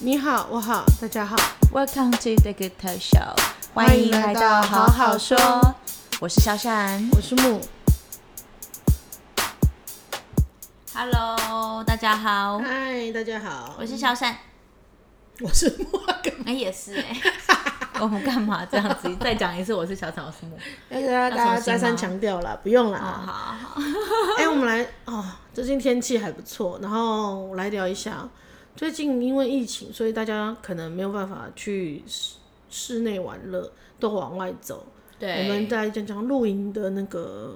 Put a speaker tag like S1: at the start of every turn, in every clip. S1: 你好，我好，大家好，
S2: Welcome to the Good Talk Show，欢迎来到好好说，我是小闪。
S1: 我是木。
S2: Hello，大家好，
S1: 嗨，大家好，
S2: 我是小闪。
S1: 我是木阿哥。
S2: 哎、也是哎、 我们干嘛这样子？再讲一次，我是小闪，我是木。
S1: 要跟大
S2: 要
S1: 家
S2: 重新
S1: 再
S2: 吗
S1: 三强调了，不用
S2: 好
S1: 啦。
S2: 好好，
S1: 哎、我们来哦，最近天气还不错，然后我来聊一下，最近因为疫情，所以大家可能没有办法去室室内玩乐，都往外走。
S2: 对，
S1: 我们再讲讲露营的那个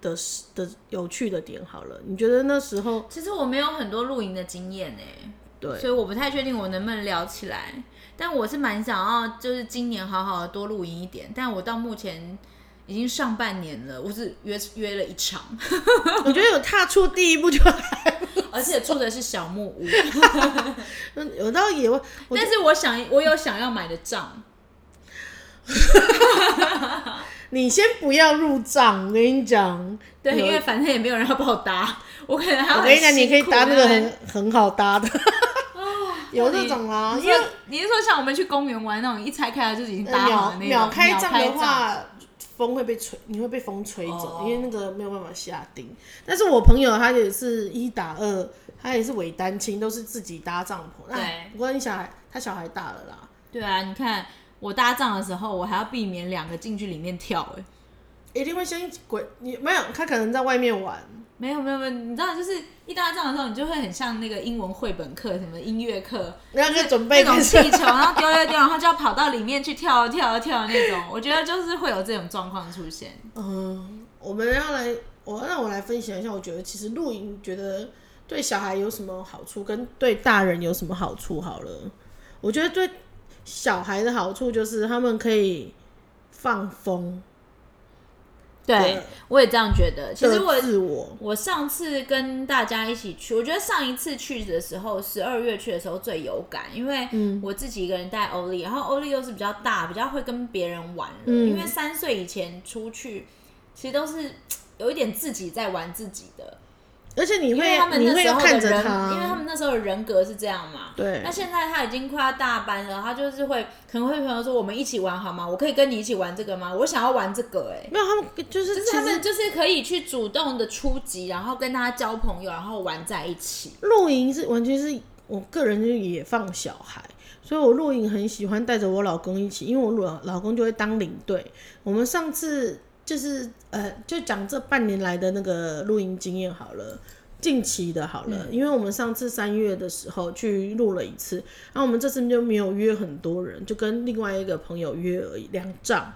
S1: 的的有趣的点好了。你觉得那时候
S2: 其实我没有很多露营的经验哎、
S1: 对
S2: 所以我不太确定我能不能聊起来。但我是蛮想要，就是今年好好的多露营一点。但我到目前已经上半年了，我只约约了一场，
S1: 我觉得有踏出第一步就
S2: 而且住的是小木屋。
S1: 嗯， 有到野外，我
S2: 但是我想，我有想要买的帐，
S1: 你先不要入账，我跟你讲。
S2: 对，
S1: 有
S2: 因为反正也没有人要帮我搭，我可能还要
S1: 我跟你讲，
S2: 很
S1: 你可以
S2: 辛苦哦
S1: 搭那个
S2: 在边
S1: 很很好搭的， 有这种啦，
S2: 你
S1: 因为
S2: 说你是说像我们去公园玩那种一拆开来就是已经搭
S1: 呃秒
S2: 好的那种
S1: 秒开
S2: 帐
S1: 帐的，话，风会被吹，你会被风吹走，
S2: 哦
S1: 因为那个没有办法下定。但是我朋友他也是一打二，他也是伪单亲，都是自己搭帐篷。
S2: 对
S1: 哎不过你小孩他小孩大了啦，
S2: 对啊，你看我搭帐的时候，我还要避免两个进去里面跳、哎，
S1: 一定会先滚。你没有，他可能在外面玩，
S2: 没有没有没有，你知道就是一搭帐的时候，你就会很像那个英文绘本课、什么音乐课，
S1: 然后就准备
S2: 那
S1: 开
S2: 种
S1: 始
S2: 气球，然后丢丢丢，然后就要跑到里面去跳跳跳那种，我觉得就是会有这种状况出现。
S1: 嗯，我们要来，我让我来分享一下，我觉得其实露营觉得对小孩有什么好处，跟对大人有什么好处好了。我觉得对小孩的好处就是他们可以放风，
S2: 对
S1: 对，
S2: 我也这样觉得。其实我
S1: 的自我，
S2: 我上次跟大家一起去，我觉得上一次去的时候，十二月去的时候最有感，因为
S1: 嗯
S2: 我自己一个人带欧丽，然后欧丽又是比较大，比较会跟别人玩了。
S1: 嗯
S2: 因为三岁以前出去，其实都是有一点自己在玩自己的，
S1: 而且你
S2: 因为
S1: 会
S2: 他们
S1: 你
S2: 那
S1: 会
S2: 时
S1: 要
S2: 候
S1: 看
S2: 的
S1: 着
S2: 人，
S1: 他，
S2: 因为他们那时候的人格是这样嘛。
S1: 对
S2: 那现在他已经快要大班了，他就是会可能会朋友说我们一起玩好吗？我可以跟你一起玩这个吗？我想要玩这个哎、欸
S1: 没有他们就是
S2: 就是
S1: 其
S2: 他们
S1: 实
S2: 就是可以去主动的出击，然后跟他交朋友，然后玩在一起。
S1: 露营是完全是我个人就是也放小孩。所以我露营很喜欢带着我老公一起，因为我老老公就会当领队。我们上次就是呃，就讲这半年来的那个露营经验好了。近期的好了，因为我们上次三月的时候去录了一次，然后我们这次就没有约很多人，就跟另外一个朋友约而已，两仗。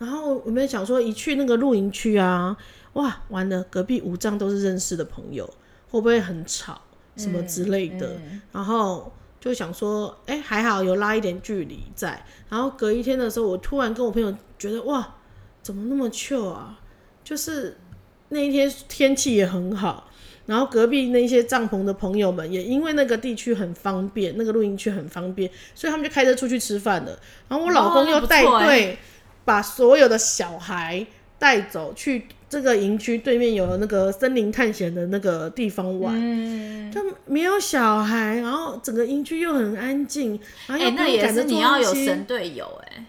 S1: 然后我们想说，一去那个露营区啊，哇，完了，隔壁五丈都是认识的朋友，会不会很吵什么之类的？
S2: 嗯
S1: 然后就想说，哎、还好有拉一点距离在。然后隔一天的时候，我突然跟我朋友觉得，哇，怎么那么 chill 啊？就是那一天天气也很好，然后隔壁那些帐篷的朋友们也因为那个地区很方便，那个露营区很方便，所以他们就开车出去吃饭了。然后我老公
S2: 哦
S1: 又
S2: 那不
S1: 带
S2: 错欸
S1: 队，把所有的小孩带走去这个营区对面有那个森林探险的那个地方玩。
S2: 嗯，
S1: 就没有小孩，然后整个营区又很安静，然后
S2: 哎、
S1: 又不
S2: 那
S1: 用
S2: 也
S1: 赶着
S2: 是
S1: 做
S2: 你要有
S1: 东西
S2: 神队友哎、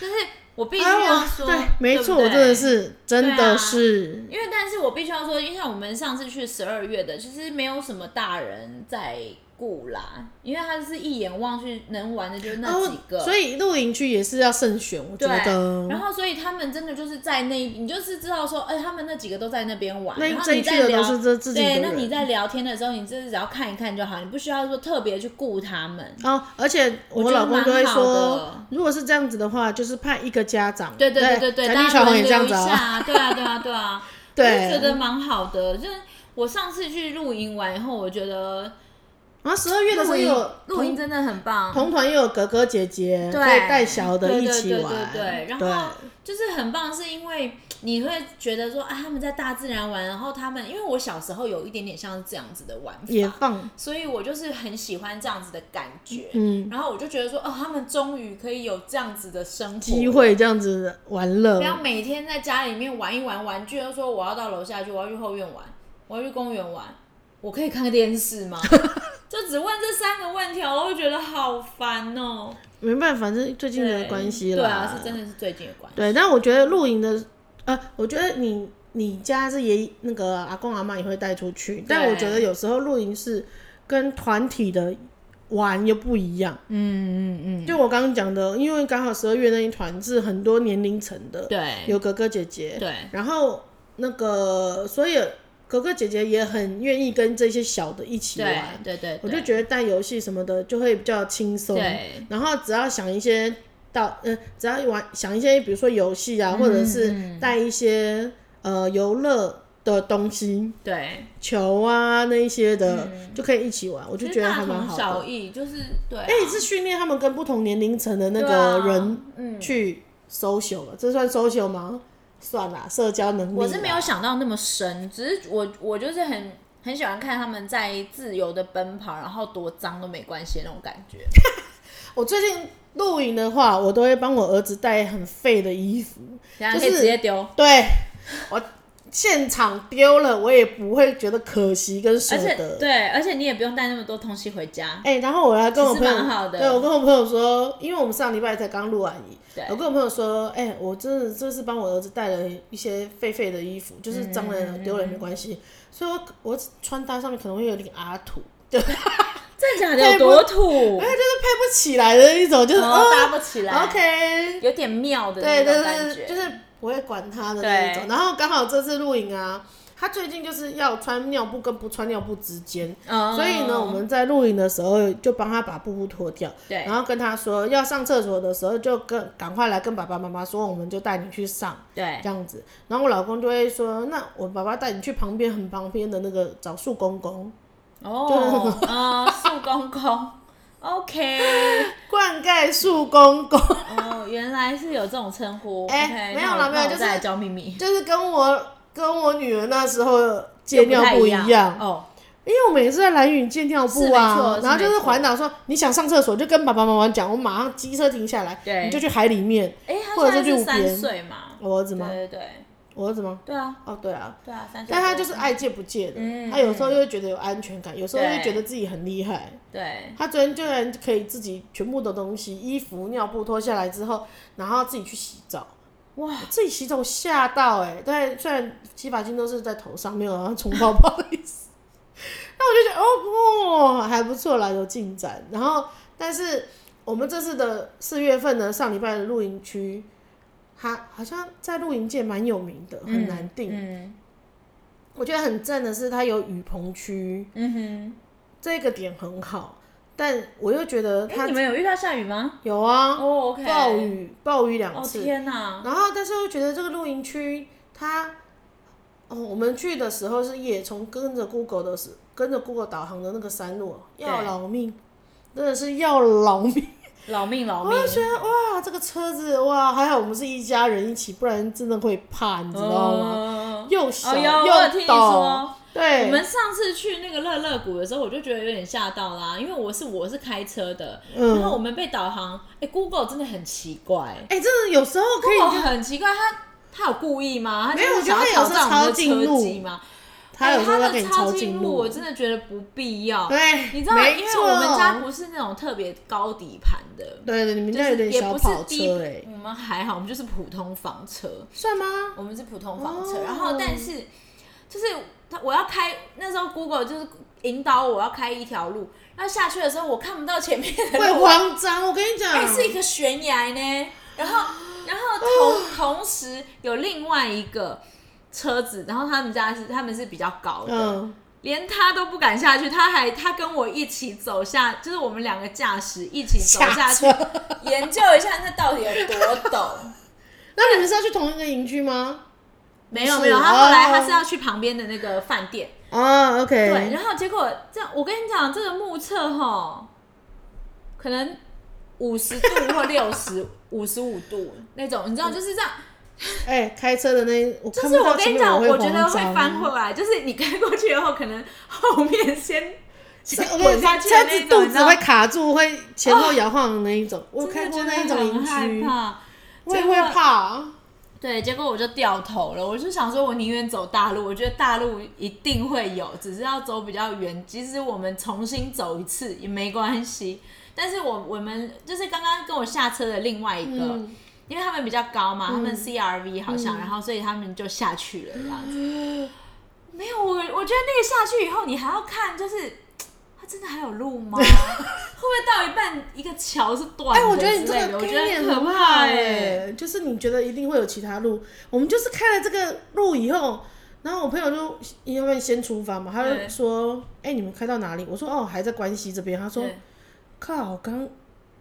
S2: 就是我必须
S1: 哎
S2: 要
S1: 我
S2: 说，
S1: 对，没
S2: 不
S1: 错，
S2: 对
S1: 我真的。是，真
S2: 对
S1: 的
S2: 啊
S1: 是，
S2: 因为，但是我必须要说，因为像我们上次去十二月的，其实没有什么大人在顾啦，因为他是一眼望去能玩的就
S1: 哦
S2: 那几个，
S1: 所以露营区也是要慎选，我觉
S2: 对，然
S1: 得。
S2: 后所以他们真的就是在那，你就是知道说，哎、他们那几个都在那边玩，
S1: 那
S2: 然后
S1: 这
S2: 你
S1: 一区
S2: 在
S1: 的都
S2: 聊，
S1: 是这自己的
S2: 对，那你
S1: 人。
S2: 在聊天的时候，你就是只要看一看就好，你不需要说特别去顾他们。
S1: 然后，而且我
S2: 觉得
S1: 老公就会
S2: 蛮好
S1: 说
S2: 的，
S1: 如果是这样子的话，就是派一个家长，
S2: 对对对对对，
S1: 咱
S2: 大
S1: 女小红
S2: 家轮
S1: 也这
S2: 流
S1: 样
S2: 一
S1: 子
S2: 下
S1: 啊，
S2: 啊，对啊对啊 对啊，我就
S1: 对。
S2: 觉得蛮好的。就是我上次去露营完以后，我觉得
S1: 然后十二月的时
S2: 露
S1: 候
S2: 营
S1: 有
S2: 露营
S1: 同
S2: 真的很棒，
S1: 同团又有哥哥姐姐，可
S2: 对
S1: 以带小的
S2: 对
S1: 一
S2: 对
S1: 起
S2: 对
S1: 玩，
S2: 对对然后就是很棒，是因为你会觉得说啊，他们在大自然玩，然后他们因为我小时候有一点点像是这样子的玩
S1: 也
S2: 法，
S1: 放
S2: 所以我就是很喜欢这样子的感觉。
S1: 嗯
S2: 然后我就觉得说，哦，他们终于可以有这样子的生活
S1: 机，会这样子玩乐
S2: 不，要每天在家里面玩一玩玩具，又说我要到楼下去，我要 去后院玩，我要去公园玩，我可以看电视吗？就只问这三个问三条了，我觉得好烦哦、
S1: 没办法，这是最近的关系
S2: 对
S1: 啦。
S2: 啊，是真的是最近的关系。
S1: 对，但我觉得露营的，呃，我觉得你你家是爷那个阿公阿妈也会带出去，但我觉得有时候露营是跟团体的玩又不一样。
S2: 嗯嗯嗯，
S1: 就我刚刚讲的，因为刚好十二月那一团是很多年龄层的，
S2: 对
S1: 有哥哥姐姐，
S2: 对
S1: 然后那个所以哥哥姐姐也很愿意跟这些小的一起
S2: 对
S1: 玩，
S2: 对对，
S1: 我就觉得带游戏什么的就会比较轻松。
S2: 对
S1: 然后只要想一些到，呃，只要玩想一些，比如说游戏
S2: 嗯
S1: 啊，或者是带一些呃游乐的东西，
S2: 对，
S1: 球啊那一些的，就可以一起玩，我就觉得还蛮
S2: 嗯就是大同
S1: 好
S2: 小
S1: 的。
S2: 异，就是对啊、
S1: 哎、是训练他们跟不同年龄层的那
S2: 对啊
S1: 个人
S2: 嗯
S1: 去 social 了，这算 social 吗？算啦，社交能力。
S2: 我是没有，想到那么深，只是我我就是很很喜欢看他们在自由的奔跑，然后多脏都没关系的那种感觉。
S1: 我最近露营的话，我都会帮我儿子带很废的衣服，
S2: 然后
S1: 就
S2: 可以
S1: 是
S2: 直接丢，
S1: 对我现场丢了，我也不会觉得可惜跟舍
S2: 而且
S1: 得。
S2: 对，而且你也不用带那么多东西回家。
S1: 哎、然后我还跟我朋友
S2: 其实蛮好，的
S1: 对我跟我朋友说，因为我们上礼拜才刚录完影
S2: 对，
S1: 我跟我朋友说，哎、我真的就是帮我儿子带了一些废废的衣服，
S2: 嗯
S1: 就是脏了丢了也没关系，所以我我穿搭上面可能会有点阿土，对，就是
S2: 真的假的？有多土？
S1: 配不起来的一种，就是、
S2: 然
S1: 哦
S2: 后搭不起来
S1: OK，
S2: 有点妙的
S1: 对
S2: 那
S1: 对
S2: 种感
S1: 对，
S2: 觉，
S1: 就是不会管他的那一种。
S2: 对
S1: 然后刚好这次露营啊，他最近就是要穿尿布跟不穿尿布之间，
S2: 嗯
S1: 所以呢，我们在露营的时候就帮他把布布脱掉，
S2: 对
S1: 然后跟他说要上厕所的时候就跟赶快来跟爸爸妈妈说，我们就带你去上。
S2: 对
S1: 这样子，然后我老公就会说：“那我爸爸带你去旁边很旁边的那个找树公 公
S2: 哦，嗯，树公公，OK，
S1: 灌溉树公公。”
S2: 哦，原来是有这种称呼，
S1: 哎
S2: OK，
S1: 没有
S2: 那我
S1: 啦没有
S2: 那我
S1: 就是
S2: 再来教秘密，
S1: 就是跟我跟我女儿那时候借
S2: 又
S1: 尿
S2: 太
S1: 布
S2: 一
S1: 样，
S2: 哦，
S1: 因为我们也是在蓝雨借尿布
S2: 是没错
S1: 啊
S2: 是，
S1: 然后就是
S2: 没错
S1: 环岛说你想上厕所就跟爸爸妈妈讲，我马上机车停下来，
S2: 对
S1: 你就去海里面。
S2: 哎，他
S1: 或者
S2: 现
S1: 是
S2: 在
S1: 去五
S2: 是
S1: 边
S2: 三岁嘛，
S1: 我儿子
S2: 对
S1: 吗？
S2: 对对，
S1: 我儿子吗？
S2: 对啊，
S1: 哦，对啊，
S2: 对啊，三岁多，
S1: 但他就是爱借不借的，
S2: 嗯
S1: 他有时候又会觉得有安全感，有时候又
S2: 对
S1: 觉得自己很厉害。
S2: 对
S1: 他昨天居然可以自己全部的东西，衣服、尿布脱下来之后，然后自己去洗澡。
S2: 哇，
S1: 自己洗澡我吓到哎、欸，但虽然洗发精都是在头上，没有啊要冲泡泡的意思，那我就觉得哦哦还不错啦，有进展。然后，但是我们这次的四月份呢，上礼拜的露营区，它好像在露营界蛮有名的，很难定。
S2: 嗯
S1: 我觉得很赞的是它有雨棚区，
S2: 嗯哼，
S1: 这个点很好，但我又觉得
S2: 哎，
S1: 它
S2: 你们有遇到下雨吗？
S1: 有啊，
S2: 哦，OK，
S1: 暴，雨暴雨两
S2: 哦
S1: 次，
S2: 天哪，
S1: 然后，但是又觉得这个露营区，它，哦，我们去的时候是夜从跟着 Google 的是跟着 Google 导航的那个山路，啊要
S2: 对
S1: 老命，真的是要老命。
S2: 老命老
S1: 我
S2: 命
S1: 就，觉得哇，这个车子哇，还好我们是一家人一起，不然真的会怕，你知道啊吗？
S2: 吗
S1: 又小、
S2: 哦，有，我有听
S1: 又
S2: 你
S1: 陡，
S2: 说。
S1: 对，
S2: 我们上次去那个乐乐谷的时候，我就觉得有点吓到啦，因为我是我是开车的，
S1: 嗯
S2: 然后我们被导航，哎、g o o g l e 真的很奇怪
S1: 哎、真的有时候可以，
S2: ，Google 很奇怪，他他有故意吗？他
S1: 没有
S2: 就是想要挑战我们的车技吗？
S1: 他有时候
S2: 哎
S1: 在
S2: 他
S1: 给
S2: 的
S1: 你
S2: 超
S1: 超
S2: 近
S1: 近路
S2: 我，真的觉得不必要。
S1: 对，
S2: 你知道，
S1: 没
S2: 因为
S1: 错
S2: 我们家不是那种特别高底盘的，
S1: 对对，你们
S2: 就
S1: 家有
S2: 是
S1: 点
S2: 也
S1: 小
S2: 不
S1: 跑
S2: 是
S1: 车
S2: 低，
S1: 哎、
S2: 我们还好，我们就是普通房车。
S1: 算 吗？
S2: 我们是普通房车，
S1: 哦
S2: 然后但是就是他我要开那时候 Google 就是引导我要开一条路，然后下去的时候我看不到前面的
S1: 会
S2: 路，
S1: 慌张，我跟你讲，
S2: 哎、是一个悬崖呢，然后然后
S1: 啊
S2: 同同时有另外一个车子，然后他们家是他们是比较高的。
S1: 嗯，
S2: 连他都不敢下去，他还他跟我一起走下，就是我们两个驾驶一起走下去
S1: 下，
S2: 研究一下那到底有 多陡。
S1: 那你们是要去同一个营区吗？
S2: 没有
S1: 是
S2: 没有，他后来
S1: 哦
S2: 他是要去旁边的那个饭店，
S1: 啊，OK，
S2: 对，然后结果这样，我跟你讲，这个目测哈，可能五十度或六 十、五十五度那种，你
S1: 嗯
S2: 知道，就是这样。
S1: 哎、开车的那，我
S2: 就
S1: 看
S2: 是
S1: 不到
S2: 我跟
S1: 前
S2: 你
S1: 面
S2: 讲，
S1: 我
S2: 我觉得
S1: 慌
S2: 会
S1: 张啊
S2: 翻回来，就是你开过去以后，可能后面先
S1: 是
S2: 先
S1: 我跟
S2: 滚
S1: 你
S2: 下
S1: 讲，车
S2: 去的
S1: 子
S2: 那种，哦
S1: 肚
S2: 你知
S1: 子
S2: 道
S1: 会卡住，会前后摇晃的那一种。我
S2: 真的
S1: 开过
S2: 觉
S1: 那
S2: 得
S1: 一种
S2: 很
S1: 营
S2: 害
S1: 区，
S2: 怕
S1: 我也
S2: 结果
S1: 会怕。
S2: 对，结果我就掉头了。我就想说，我宁愿走大路，我觉得大路一定会有，只是要走比较远。即使我们重新走一次也没关系。但是我我们就是刚刚跟我下车的另外一个，
S1: 嗯
S2: 因为他们比较高嘛，他们 CRV 好像，然后所以他们就下去了这 样子。没有我，我觉得那个下去以后，你还要看，就是它真的还有路 吗？会不会到一半一个桥是断
S1: 哎、
S2: 的
S1: 我
S2: 之
S1: 觉
S2: 类
S1: 得你
S2: 的？
S1: 这个
S2: 我
S1: 概
S2: 觉得
S1: 念
S2: 很
S1: 很
S2: 可
S1: 好
S2: 怕
S1: 哎、
S2: 哎、
S1: 就是你觉得一定会有其他路，我们就是开了这个路以后，然后我朋友就因为先出发嘛，他就
S2: 对
S1: 说：“哎、你们开到哪里？”我说：“哦，还在关西这边。”他说
S2: 对：“
S1: 靠，刚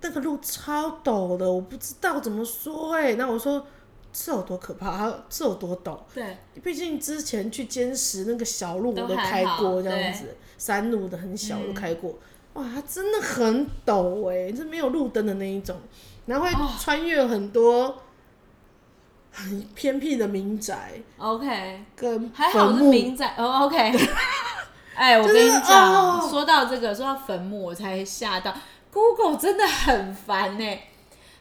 S1: 那个路超陡的，我不知道怎么说哎、那我说：“这有多可怕？他说这有多陡？
S2: 对，
S1: 毕竟之前去坚持那个小路
S2: 都
S1: 我都
S2: 还
S1: 开
S2: 好嗯
S1: 过，这样子山路的很小我都开过，哇，它真的很陡哎、这没有路灯的那一种，然后会
S2: 哦
S1: 穿越很多很偏僻的民宅
S2: OK，
S1: 跟
S2: 还好
S1: 坟
S2: 是
S1: 墓，
S2: 民宅哦，OK。哎，我
S1: 就
S2: 跟
S1: 是
S2: 你讲，
S1: 哦
S2: 说到这个，说到坟墓，我才吓到。Google 真的很烦呢、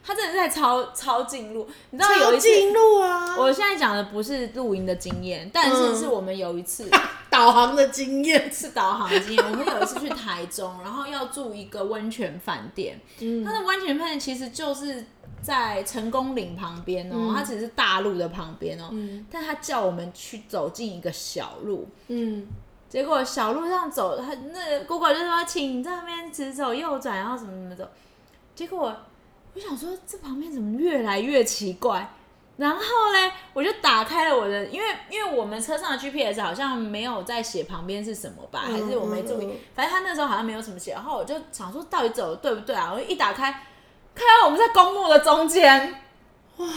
S2: 它真的在超超近路。你知道有
S1: 超
S2: 一次，
S1: 近路啊，
S2: 我现在讲的不是露营的经验，但是
S1: 嗯
S2: 是我们有一次、
S1: 导航的经验，
S2: 是导航经验。我们有一次去台中，然后要住一个温泉饭店，它的温泉饭店其实就是在成功岭旁边哦、它只是大路的旁边哦、但它叫我们去走进一个小路，
S1: 嗯，
S2: 结果小路上走，他那个 Google 就说，请这边直走右转，然后怎么怎么走。结果我想说，这旁边怎么越来越奇怪？然后嘞，我就打开了我的，因为因为我们车上的 GPS 好像没有在写旁边是什么吧，
S1: 嗯
S2: 还是我没注意
S1: 嗯嗯，
S2: 反正他那时候好像没有什么写。然后我就想说，到底走的对不对啊？我一打开，看到我们在公墓的中间，哇，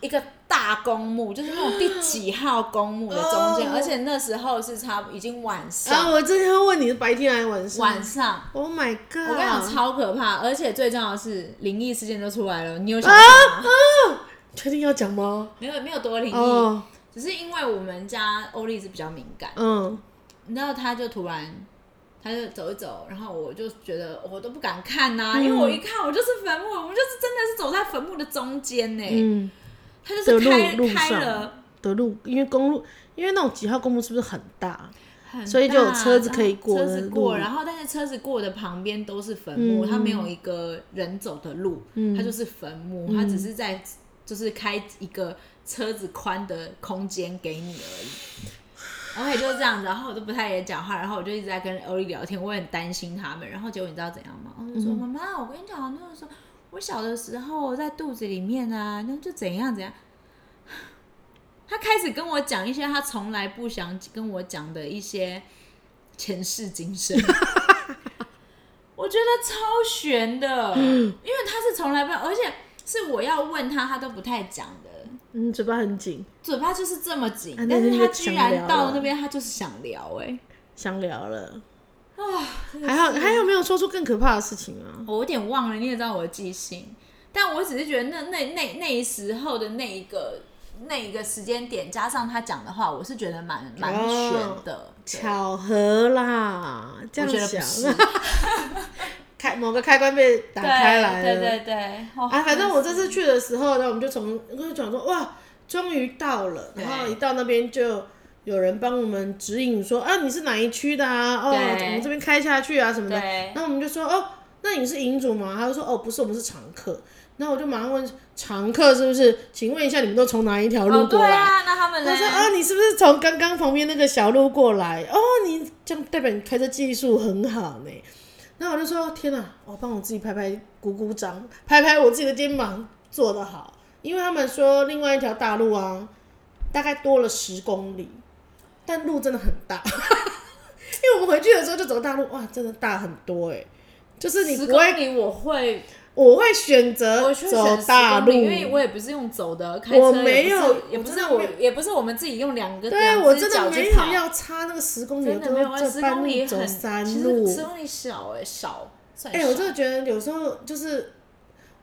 S2: 一个大公墓，就是那种第几号公墓的中间，
S1: 哦
S2: 而且那时候是差不已经晚
S1: 然
S2: 上，
S1: 啊后我之前要问你是白天还是晚上？
S2: 晚上。
S1: o h Oh my god！
S2: 我跟你讲，超可怕，而且最重要的是灵异事件都出来了，你有想
S1: 啊
S2: 到吗？
S1: 啊，确定要讲吗？
S2: 没有没有多灵异，
S1: 哦，
S2: 只是因为我们家欧丽是比较敏感，
S1: 嗯，
S2: 然后他就突然，他就走一走，然后我就觉得我都不敢看呐、
S1: 嗯
S2: 因为我一看我就是坟墓，我们就是真的是走在坟墓的中间呢、
S1: 嗯，
S2: 他就是开
S1: 的路路
S2: 开
S1: 上
S2: 了，
S1: 的路，因为公路，因为那种几号公路是不是很大？
S2: 很
S1: 所以就有
S2: 大
S1: 车子可以
S2: 然后
S1: 过
S2: 车
S1: 的
S2: 子过，
S1: 路
S2: 然后但是车子过的旁边都是坟墓，
S1: 嗯
S2: 它没有一个人走的路，它就是坟墓，
S1: 嗯
S2: 它只是在就是开一个车子宽的空间给你而已。OK，就是这样子，然后我都不太也讲话，然后我就一直在跟欧丽聊天，我也很担心他们。然后结果你知道怎样吗？哦我
S1: 嗯
S2: 就说：“妈妈，我跟你讲，那个时候我小的时候在肚子里面啊，那就怎样怎样。”他开始跟我讲一些他从来不想跟我讲的一些前世今生，我觉得超悬 的，因为他是从来不，而且是我要问他，他都不太讲的，
S1: 嗯，嘴巴很紧，
S2: 嘴巴就是这么紧
S1: 啊，那
S2: 但是
S1: 你
S2: 他
S1: 就
S2: 居
S1: 想
S2: 然
S1: 聊
S2: 到
S1: 了
S2: 那边，他就是想聊、哎，
S1: 想聊了。
S2: 啊，真的
S1: 还好，还有没有说出更可怕的事情啊？
S2: 我有点忘了，你也知道我的记性，但我只是觉得那那那那时候的那一个那一个时间点，加上他讲的话，我是觉得
S1: 哦
S2: 蛮蛮悬的。对
S1: 巧合啦，这
S2: 我觉
S1: 样
S2: 得不
S1: 想， 开某个开关被打开来了。
S2: 对对对对，哦
S1: 啊，反正我这次去的时候，呢，我们就从我就讲说，哇，终于到了。
S2: 对
S1: 然后一到那边就有人帮我们指引说，啊，你是哪一区的啊？哦，
S2: 对
S1: 我们这边开下去啊什么的。
S2: 对
S1: 然后我们就说，哦，那你是营主吗？他就说，哦，不是，我们是常客。那我就马上问常客是不是？请问一下，你们都从哪一条
S2: 哦
S1: 路
S2: 对
S1: 过来？
S2: 啊，那他们呢
S1: 他？说啊，你是不是从刚刚旁边那个小路过来？哦，你这样代表你开车技术很好呢。那我就说天哪、我帮我自己拍拍鼓鼓掌，拍拍我自己的肩膀，做得好。因为他们说另外一条大路啊，大概多了十公里，但路真的很大。 因为我们回去的时候就走大路，哇，真的大很多哎、就是你
S2: 十
S1: 不会
S2: 公，里我会，
S1: 我会选
S2: 我
S1: 择
S2: 去
S1: 走
S2: 选十
S1: 大
S2: 公
S1: 路，
S2: 里，因为我也不是用走的，开车
S1: 我
S2: 也不
S1: 没
S2: 是
S1: 有我
S2: 也不
S1: 真
S2: 是
S1: 的
S2: 我
S1: 没，
S2: 也不是我们自己用两个
S1: 对啊
S2: 两
S1: 我
S2: 只
S1: 真
S2: 脚
S1: 的
S2: 去
S1: 没
S2: 跑
S1: 有要差那个十公里，
S2: 真的没有
S1: 我
S2: 啊，
S1: 就
S2: 十
S1: 这
S2: 公
S1: 半
S2: 里
S1: 路走
S2: 很，
S1: 山路。
S2: 十公里小哎、少，算
S1: 哎、
S2: 少
S1: 我真的觉得有时候就是，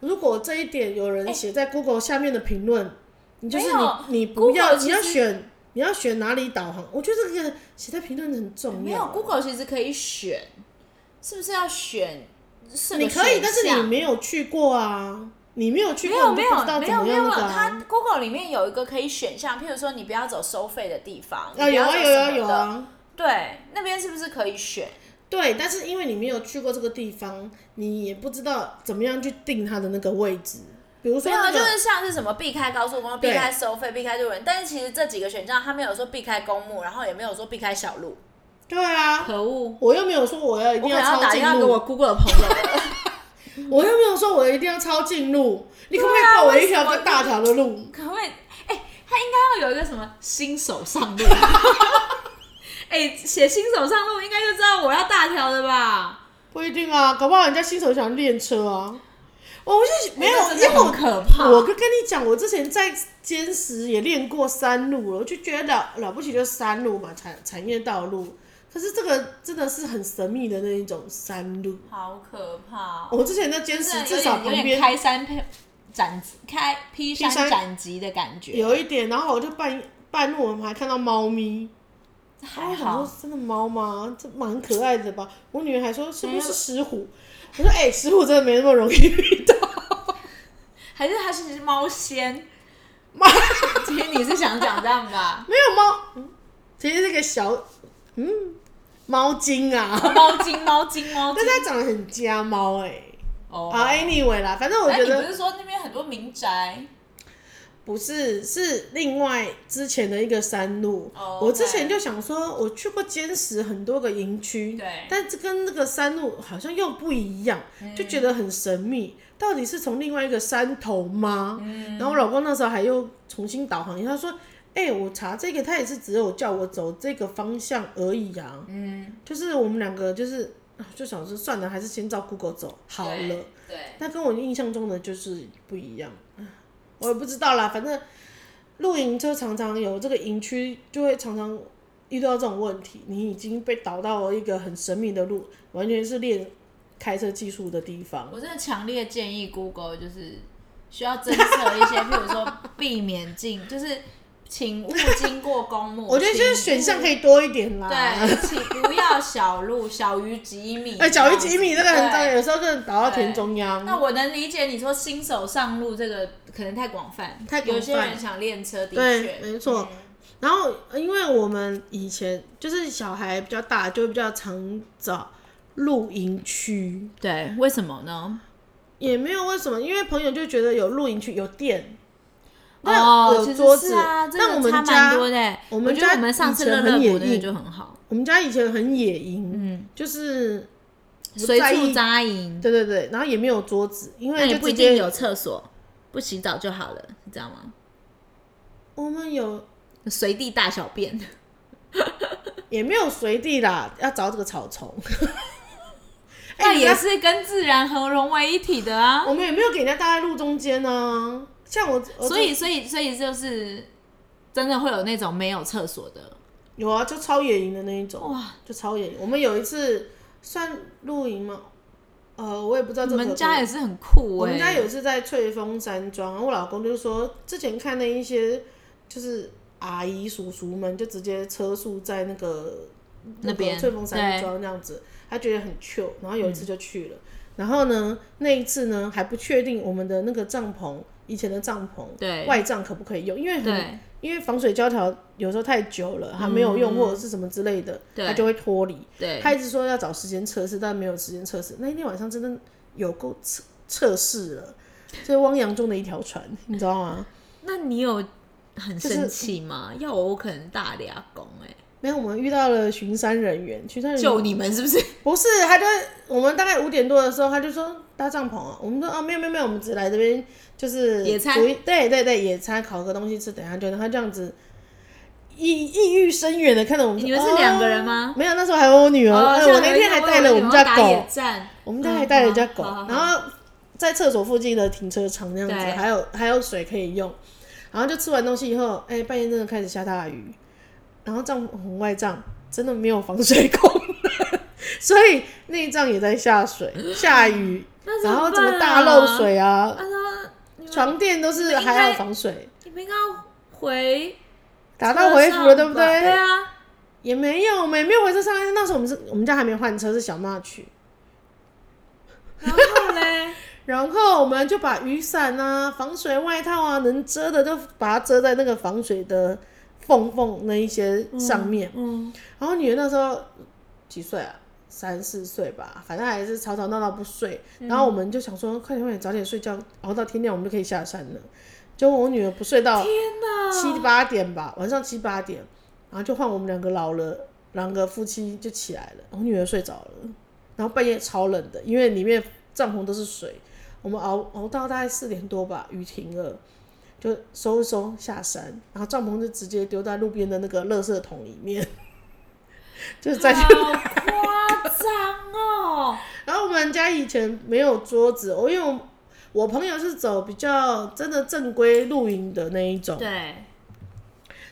S1: 如果这一点有人写在 Google 下面的评论，你就是
S2: 哎没
S1: 你
S2: 有
S1: 你不要
S2: Google
S1: 你要
S2: 其实
S1: 选你要选哪里导航，我觉得这个写在评论很重
S2: 没
S1: 要啊
S2: 有。Google 其实可以选，是不是要选？是个
S1: 你可以，
S2: 选
S1: 但是你
S2: 项
S1: 没有去过啊。你没有去
S3: 没
S1: 过，
S3: 有
S1: 你
S3: 没
S1: 就不知道
S3: 有没
S1: 怎
S3: 有
S1: 么
S3: 没
S1: 样
S3: 有，
S1: 那个、
S3: 它
S1: 啊。
S3: Google 里面有一个可以选项，譬如说你不要走收费的地方，你
S1: 啊，
S3: 不
S1: 有
S3: 要
S1: 啊
S3: 走
S1: 有啊
S3: 什么
S1: 有
S3: 的，
S1: 啊，
S3: 对，那边是不是可以选？
S1: 对，但是因为你没有去过这个地方，你也不知道怎么样去定它的那个位置。比如
S3: 没
S1: 说、
S3: 有，
S1: 那
S3: 啊，
S1: 个，
S3: 就是像是什么避开高速公路、避
S1: 对
S3: 开收费、避开路人，但是其实这几个选项，它没有说避开公墓，然后也没有说避开小路。
S1: 对啊，
S2: 可恶！
S1: 我又没有说我要一
S3: 我
S1: 定
S3: 可能要
S1: 超
S3: 打
S1: 近
S3: 电话给
S1: 路，
S3: 我
S1: 我
S3: Google 的朋友 了，
S1: 又没有说我一定要超近路，你可不可以
S3: 对啊
S1: 报我
S3: 为
S1: 一条
S3: 什么
S1: 比较大条的路？
S3: 可不可以？
S2: 哎他应该要有一个什么新手上路。 哎、写新手上路应该就知道我要大条的吧？
S1: 不一定啊，搞不好人家新手想练车啊。我
S3: 哎
S1: 就没有，
S2: 哎真
S1: 因
S2: 的
S1: 为
S2: 很
S1: 我
S2: 可怕。
S1: 我跟跟你讲，我之前在坚实也练过山路了，我就觉得了了不起就是山路嘛，产产业道路。可是这个真的是很神秘的那一种山路。
S3: 好可怕、哦！
S1: 我之前在坚持，
S2: 真的
S1: 至
S2: 有
S1: 少
S2: 点有
S1: 旁
S2: 点
S1: 边
S2: 开山配斩开劈山
S1: 山
S2: 斩棘的感觉，
S1: 有一点，然后我就半半路我们还看到猫咪，
S3: 还
S1: 我想
S3: 好
S1: 说，真的猫吗？这蛮可爱的吧？我女儿还说是不是石虎？我说哎、石虎真的没那么容易遇到。
S3: 还是它其实是猫仙，
S2: 今天你是想讲这样吧？
S1: 没有猫，嗯其实这个小，嗯，猫精啊，
S2: 猫精，猫精，猫精
S1: 但。它长得很家猫哎、
S2: 哦
S1: 啊，anyway 啦，反正我
S2: 哎
S1: 觉
S2: 你不
S1: 得
S2: 是说那边很多民宅？
S1: 不是，是另外之前的一个山路。
S3: 哦
S1: 我之前
S3: OK
S1: 就想说，我去过坚实很多个营区，
S3: 对
S1: 但这跟那个山路好像又不一样，
S3: 嗯
S1: 就觉得很神秘。到底是从另外一个山头吗？
S3: 嗯
S1: 然后我老公那时候还又重新导航一下，他说：“哎、我查这个，他也是只有叫我走这个方向而已啊。”嗯，就是我们两个就是啊就想说，算了，还是先照 Google 走好了。
S3: 对对，
S1: 那跟我印象中的就是不一样，我也不知道啦。反正露营就常常有这个营区，就会常常遇到这种问题。你已经被导到了一个很神秘的路，完全是练开车技术的地方。
S2: 我真的强烈建议 Google 就是需要增设一些，譬如说避免进，就是请勿经过公墓。
S1: 我觉得就是选项可以多一点啦。
S2: 请勿。对，请不要小路，小于几米。
S1: 哎，小于几米那个很重要，
S2: 对
S1: 有时候真的导到田中
S2: 那
S1: 央。
S2: 我能理解你说新手上路这个可能太广泛，
S1: 太广泛
S2: 有些人想练车的
S1: 对，
S2: 确，嗯
S1: 没错。然后，呃因为我们以前就是小孩比较大，就比较常找露营区。
S2: 对，为什么呢？
S1: 也没有为什么，因为朋友就觉得有露营区有电，那
S2: 哦，
S1: 有
S2: 其实
S1: 桌
S2: 是
S1: 子
S2: 啊，这
S1: 那
S2: 个
S1: 我们
S2: 差
S1: 家
S2: 蛮多的。
S1: 我们
S2: 觉得
S1: 家
S2: 我们上次
S1: 以前
S2: 乐乐
S1: 很野
S2: 谷那个
S1: 营
S2: 就很好，
S1: 我们家以前很野营，
S2: 嗯，
S1: 就是不
S2: 随
S1: 在
S2: 处
S1: 意，
S2: 扎营，
S1: 对对对，然后也没有桌子，因
S2: 那
S1: 为
S2: 也
S1: 就
S2: 不一
S1: 直接
S2: 定有。厕所，不洗澡就好了，是这样吗？
S1: 我们有
S2: 随地大小 便，
S1: 也没有随地啦，要找这个草丛。
S2: 那也
S1: 人家
S2: 是跟自然合融为一体的啊。
S1: 哎我们也没有给人家搭在路中间呢、像我，我
S2: 所以，所以，所以就是真的会有那种没有厕所的，
S1: 有啊，就超野营的那一种，
S2: 哇，
S1: 就超野营。我们有一次算露营吗？呃，我也不知道这个
S2: 你们
S1: 可不
S2: 家
S1: 可以
S2: 也是很酷
S1: 我
S2: 哎、
S1: 们家有一次在翠峰山庄，然后我老公就说，之前看那一些就是阿姨叔叔们就直接车速在那个
S2: 那
S1: 个
S2: 边
S1: 翠峰山
S2: 对嗯
S1: 庄那样子，他觉得很 chill，然后有一次就去了。然后呢，那一次呢还不确定我们的那个帐篷，以前的帐篷，
S2: 对
S1: 外帐可不可以用，因为很
S2: 对
S1: 因为防水胶条有时候太久了还没有用、或者是什么之类的，
S2: 嗯对
S1: 它就会脱离。
S2: 对，
S1: 他一直说要找时间测试，但没有时间测试。那一天晚上真的有够测测试了，这是汪洋中的一条船，你知道吗？
S2: 那你有很
S1: 就是
S2: 生气吗？要我，我可能大俩公哎、
S1: 没有，我们遇到了巡山人员，巡山人员
S2: 救你们是不是？
S1: 不是，他就我们大概五点多的时候，他就说搭帐篷啊，我们说啊没有没有没有，我们只来这边就是
S2: 野餐
S1: 煮一，对对对，野餐烤个东西吃，等一下就他这样子。意意欲深远的看着我们说，
S2: 你们是两个人吗
S1: 嗯哦
S2: 哦
S1: 没有，那时候还有我女儿，哎我那天还带了我们家狗，
S2: 战，
S1: 我们家还带了一家狗，
S2: 嗯好好好
S1: 然后在厕所附近的停车场那样子，
S2: 对
S1: 还有还有水可以用。然后就吃完东西以后，哎、半夜真的开始下大雨，然后帐篷外帐真的没有防水功能， 所以内帐也在下水、下雨，
S2: 那怎
S1: 然
S2: 么
S1: 后怎么
S2: 办
S1: 大
S2: 啊
S1: 漏水啊，
S2: 他说你们
S1: 床垫都是
S2: 应该
S1: 还好防水，
S2: 你们应该要回
S1: 打到回
S2: 车
S1: 府
S2: 上
S1: 了，对不
S2: 吧
S1: 对？
S2: 对啊，
S1: 也没有，我们也没有回车上来。那时候我们是我们家还没换车，是小妈去。
S2: 然后嘞，
S1: 然后我们就把雨伞啊、防水外套啊，能遮的就把它遮在那个防水的缝缝那一些上面。
S2: 嗯，
S1: 然后女儿那时候几岁啊？三四岁吧，反正还是吵吵闹闹不睡。
S2: 嗯
S1: 然后我们就想说，快点快点早点睡觉，熬到天亮我们就可以下山了。结果我女儿不睡到
S2: 天哪，
S1: 七八点吧，晚上七八点，然后就换我们两个老了，两个夫妻就起来了，我女儿睡着了，然后半夜超冷的，因为里面帐篷都是水，我们熬熬到大概四点多吧，雨停了，就收一收下山，然后帐篷就直接丢在路边的那个垃圾桶里面， 就再去
S2: 好夸张哦！
S1: 然后我们家以前没有桌子，我因为我我朋友是走比较真的正规露营的那一种，
S2: 对，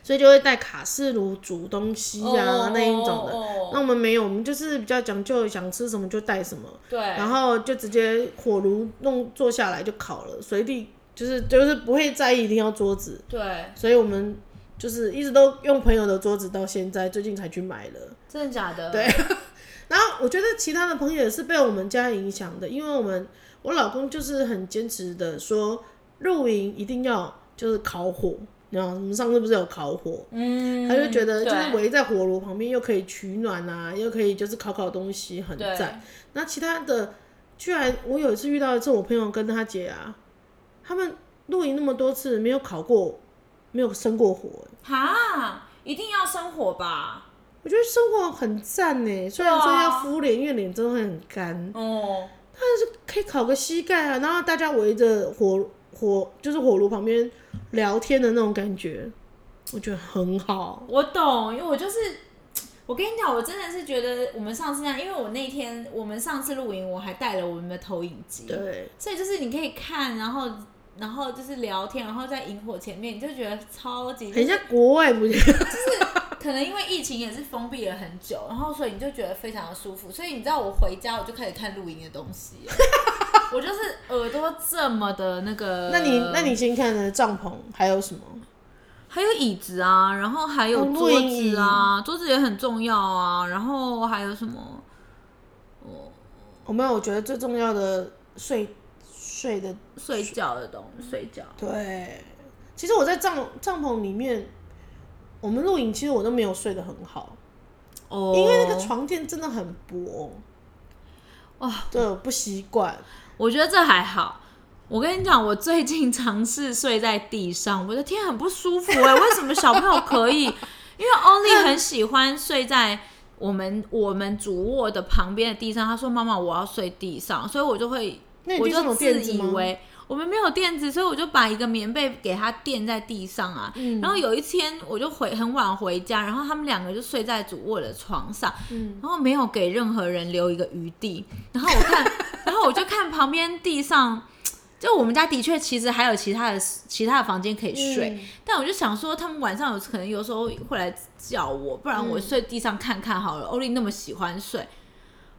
S1: 所以就会带卡式炉煮东西啊、
S3: 哦
S1: 那一种的。
S3: 哦
S1: 那我们没有，我们就是比较讲究，想吃什么就带什么，
S3: 对，
S1: 然后就直接火炉弄坐下来就烤了，随地就是就是不会在意一定要桌子，
S3: 对，
S1: 所以我们就是一直都用朋友的桌子到现在，最近才去买了。
S3: 真的假的？对，
S1: 然后我觉得其他的朋友也是被我们家影响的，因为我们我老公就是很坚持的说，露营一定要就是烤火，你知道我们上次不是有烤火，
S3: 嗯，
S1: 他就觉得就是
S3: 对
S1: 围在火炉旁边又可以取暖啊，又可以就是烤烤东西，很
S3: 对
S1: 赞。那其他的居然我有一次遇到一次我朋友跟他姐啊，他们露营那么多次没有烤过，没有生过火、欸
S3: 哈，一定要生火吧？
S1: 我觉得生活很赞呢，虽然说
S3: 对啊
S1: 要敷脸，因为脸真的会很干。嗯
S3: 哦，
S1: 可以烤个膝盖啊，然后大家围着火火就是火炉旁边聊天的那种感觉，我觉得很好。
S2: 我懂，因为我就是，我跟你讲，我真的是觉得我们上次那样，因为我那天我们上次露营，我还带了我们的投影机，
S1: 对，
S2: 所以就是你可以看，然后然后就是聊天，然后在萤火前面，你就觉得超级
S1: 很像国外不是？
S2: 可能因为疫情也是封闭了很久，然后所以你就觉得非常的舒服。所以你知道我回家我就开始看露营的东西 了，我就是耳朵这么的那个。
S1: 那你那你先看呢，帐篷还有什么？
S2: 还有椅子啊，然后还有
S1: 哦
S2: 桌
S1: 露营
S2: 子啊，桌子也很重要啊。然后还有什么？
S1: 我哦没有，我觉得最重要的睡睡的
S2: 睡觉的东
S1: 嗯
S2: 西，睡觉。
S1: 对。其实我在帐帐篷里面，我们露营其实我都没有睡得很好，
S2: 哦，
S1: 因为那个床垫真的很薄。
S2: 哇，
S1: 对，我不习惯。
S2: 哦我觉得这还好。我跟你讲，我最近尝试睡在地上，我的天，很不舒服 哎、为什么小朋友可以？因为 Only 很喜欢睡在我们我们主卧的旁边的地上。他说：“妈妈，我要睡地上。”所以我就会，
S1: 那你
S2: 我
S1: 地上
S2: 就
S1: 有
S2: 自
S1: 垫子
S2: 以
S1: 吗
S2: 为我们没有垫子，所以我就把一个棉被给他垫在地上啊。
S1: 嗯
S2: 然后有一天我就回很晚回家，然后他们两个就睡在主卧的床上，
S1: 嗯
S2: 然后没有给任何人留一个余地。然后我看，然后我就看旁边地上，就我们家的确其实还有其他的其他的房间可以睡，
S1: 嗯
S2: 但我就想说他们晚上有可能有时候会来叫我，
S1: 嗯
S2: 不然我睡地上看看好了。欧丽那么喜欢睡，